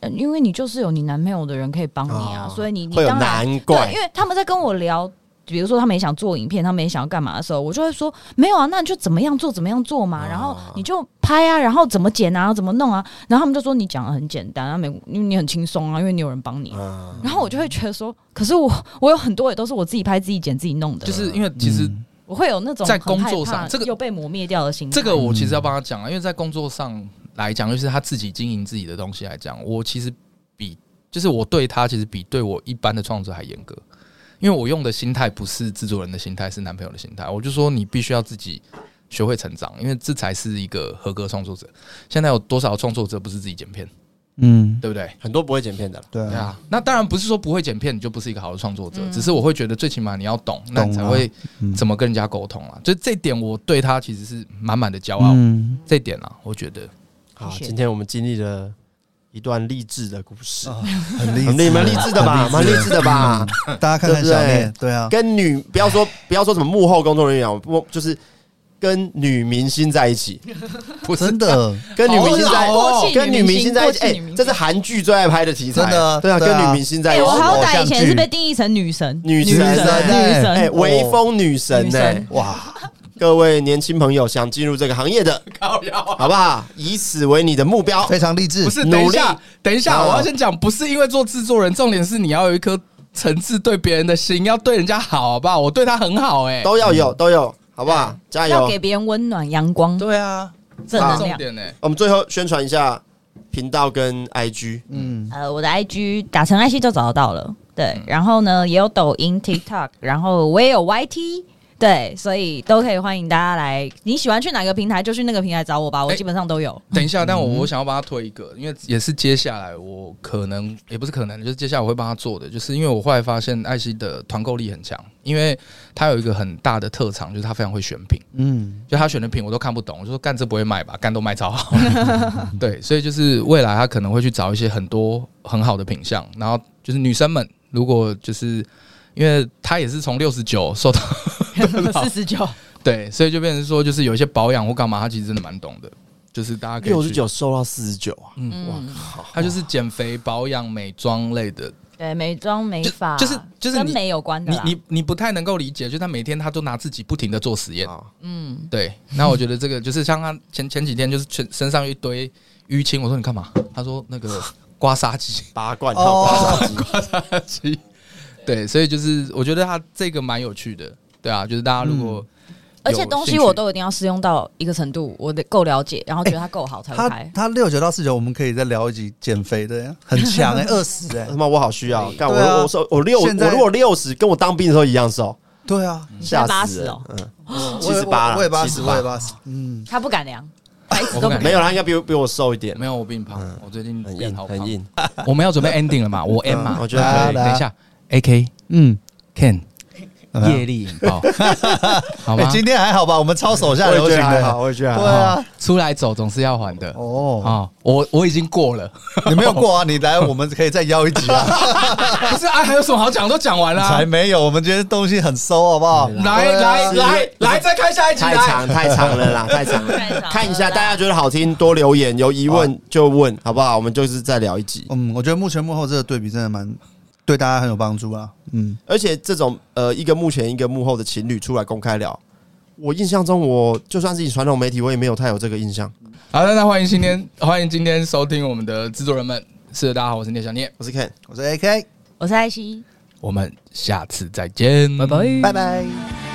S6: 呃因为你就是有你男朋友的人可以帮你啊，
S2: 哦
S6: 所以你你
S2: 会有
S6: 当然
S2: 难怪
S6: 对，因为他们在跟我聊，比如说他们也想做影片，他们也想要干嘛的时候，我就会说没有啊，那你就怎么样做怎么样做嘛，然后你就拍啊，然后怎么剪啊，怎么弄啊，然后他们就说你讲的很简单啊，没因为你很轻松啊，因为你有人帮你啊、
S2: 嗯，
S6: 然后我就会觉得说，可是我我有很多也都是我自己拍、自己剪、自己弄的，
S1: 就是因为其实
S3: 嗯
S6: 我会有那种
S1: 在
S6: 很
S1: 工
S6: 害
S1: 作上
S6: 怕
S1: 这个
S6: 又被磨灭掉的心态。
S1: 这个我其实要帮他讲啊，因为在工作上来讲，就是他自己经营自己的东西来讲，我其实比就是我对他其实比对我一般的创作者还严格，因为我用的心态不是制作人的心态，是男朋友的心态。我就说你必须要自己学会成长，因为这才是一个合格创作者。现在有多少创作者不是自己剪片，
S3: 嗯，
S1: 对不对？
S2: 很多不会剪片的啦，
S3: 对
S1: 对
S3: 啊，
S1: 啊，那当然不是说不会剪片你就不是一个好的创作者，只是我会觉得最起码你要懂，那你才
S3: 懂啊
S1: 会
S3: 嗯
S1: 怎么跟人家沟通啊。就这点，我对他其实是满满的骄傲。
S3: 嗯，
S1: 这点啊，我觉得
S2: 好，
S6: 谢谢
S2: 今天我们经历了一段励志的故事，
S3: 啊很励
S2: 你
S3: 志，
S2: 蛮励志的吧，蛮励志的吧。
S3: 嗯大家看看小
S2: 对
S3: 念
S2: 不，
S3: 对啊，
S2: 跟女不要说不要说什么幕后工作人员啊，不就是跟女明星在一起，
S1: 不是
S3: 真的，
S2: 跟女明星在
S1: 好老哦
S2: 跟女明星在一起，
S6: 过
S2: 哎
S6: 气女明，星
S2: 这是韩剧最爱拍的题材，
S3: 真的
S2: 对啊，
S3: 对
S2: 跟
S3: 啊
S2: 女明星在
S6: 哎、
S2: 一起
S6: 我，好歹以前是
S3: 偶像剧
S6: 被定义成女神，
S2: 女神
S6: 神，女
S3: 哎
S6: 神，
S2: 哎，微风女神
S6: 女
S2: 呢
S6: 神？
S2: 哇，各位年轻朋友想进入这个行业的，
S1: 高腰啊，
S2: 好不好？以此为你的目标，
S3: 非常励志，
S1: 不是？
S2: 努
S1: 等一
S2: 力
S1: 下，等一下，
S2: 哦
S1: 我要先讲，不是因为做制作人，重点是你要有一颗诚挚对别人的心，要对人家好，好不好？我对他很好，哎，
S2: 都要
S3: 嗯
S2: 有，都有，好不好？加
S6: 嗯要
S2: 油
S6: 给！别人温暖、阳光、
S1: 对啊，这
S6: 正
S1: 是
S6: 能
S1: 重
S6: 量。
S1: 点哎。
S2: 我们最后宣传一下频道跟 IG，
S3: 嗯，
S6: 呃，我的 IG 打成爱心就找得到了，对，
S1: 嗯
S6: 然后呢也有抖音、TikTok，然后我也有 YT。对，所以都可以欢迎大家来。你喜欢去哪个平台就去那个平台找我吧，我
S1: 哎
S6: 基本上都有。
S1: 等一
S2: 嗯
S1: 下，但我我想要帮他推一个，因为也是接下来我可能也不是可能，就是接下来我会帮他做的，就是因为我后来发现艾希的团购力很强，因为他有一个很大的特长，就是他非常会选品，
S3: 嗯，
S1: 就他选的品我都看不懂，我就说干这不会卖吧，干都卖超好， 对，所以就是未来他可能会去找一些很多很好的品相，然后就是女生们如果就是因为他也是从六十九瘦 到
S6: 四十九，
S1: 对，所以就变成说就是有一些保养或干嘛，他其实真的蛮懂的，就是大家可以去
S2: 六十九瘦到四十九啊，
S6: 嗯，
S1: 它就是减肥、保养、美妆类的。
S6: 对，美妆美发
S1: 就就是就是
S6: 跟
S1: 你
S6: 美有关的啊
S1: 你
S6: 啦。
S1: 你你不太能够理解，就是他每天他都拿自己不停的做实验。
S2: 好
S6: 嗯，
S1: 对，那我觉得这个就是像他前前几天就是全身上一堆淤青，我说你干嘛？他说那个刮痧机，
S2: 拔罐套
S3: 哦
S2: 拔 罐
S1: 刮痧机。 对，所以就是我觉得他这个蛮有趣的。对啊，就是大家如果
S6: 嗯而
S1: 有
S6: 且东
S1: 兴
S6: 西
S1: 趣
S6: 我都一定要试用到一个程度，我得够了解，然后觉得它够好才
S1: 哎
S6: 会
S3: 他
S6: 拍。
S3: 他六九到四九，我们可以再聊一集减肥的呀，很强哎，二十哎
S2: 他，妈我好需要，干我
S3: 对啊
S2: 我瘦我六我
S3: 现在
S2: 如果六十，跟我当兵的时候一样瘦，
S3: 对啊，
S6: 你现
S2: 吓
S6: 在八
S2: 死
S6: 十哦
S2: 了，，嗯，
S3: 我也
S2: 78啦
S3: 我也八十，
S2: 78
S3: 我也八十，嗯，
S6: 他不敢量，白痴
S1: 我不
S6: 都不
S1: 敢
S6: 敢。
S2: 没有啦，他应该比我比我瘦一点，
S1: 没有我变
S3: 嗯
S1: 胖，我最近
S2: 很
S1: 变
S2: 硬
S1: 好
S2: 很
S1: 胖。
S2: 硬，
S1: 我们要准备 ending 了嘛？我 M
S2: 嗯
S1: 嘛
S2: 我？觉得可以
S3: 来。
S1: 等一下，A K
S3: 嗯，
S1: Ken
S3: 怎么样
S1: 业力引爆，好
S3: 哎
S1: 吗，？
S3: 今天还好吧？我们操手下
S2: 我也
S3: 流
S2: 觉
S3: 行
S2: 得还
S3: 的
S2: 好，，我也觉得还
S3: 对
S2: 好。
S3: 啊，
S1: 出来走总是要还的。
S3: 哦，
S1: 哦，我我已经过了，
S3: 你没有过啊？你来，我们可以再邀一集 啊？
S1: 不是啊？还有什么好讲？都讲完了啊、
S3: 才没有，我们今天东西很收，好不好？
S1: 来
S3: 对啊
S1: 来来来，再开下一集
S2: 太
S1: 来。
S2: 长太长了啦， 太长了
S6: 太长了。啦
S2: 看一下，大家觉得好听，多留言，有疑问就问，好不好？我们就是再聊一集。
S3: 嗯，我觉得幕前幕后这个对比真的蛮对大家很有帮助啊。嗯，
S2: 而且这种呃，一个幕前一个幕后的情侣出来公开聊，我印象中，我就算是以传统媒体，我也没有太有这个印象。
S1: 好的，那欢迎今天欢迎今天收听我们的制作人们，是的大家好，我是聂小聂，
S2: 我是 Ken，
S3: 我是 AK，
S6: 我是艾希，
S1: 我们下次再见，
S6: 拜拜
S3: 拜拜。
S6: 拜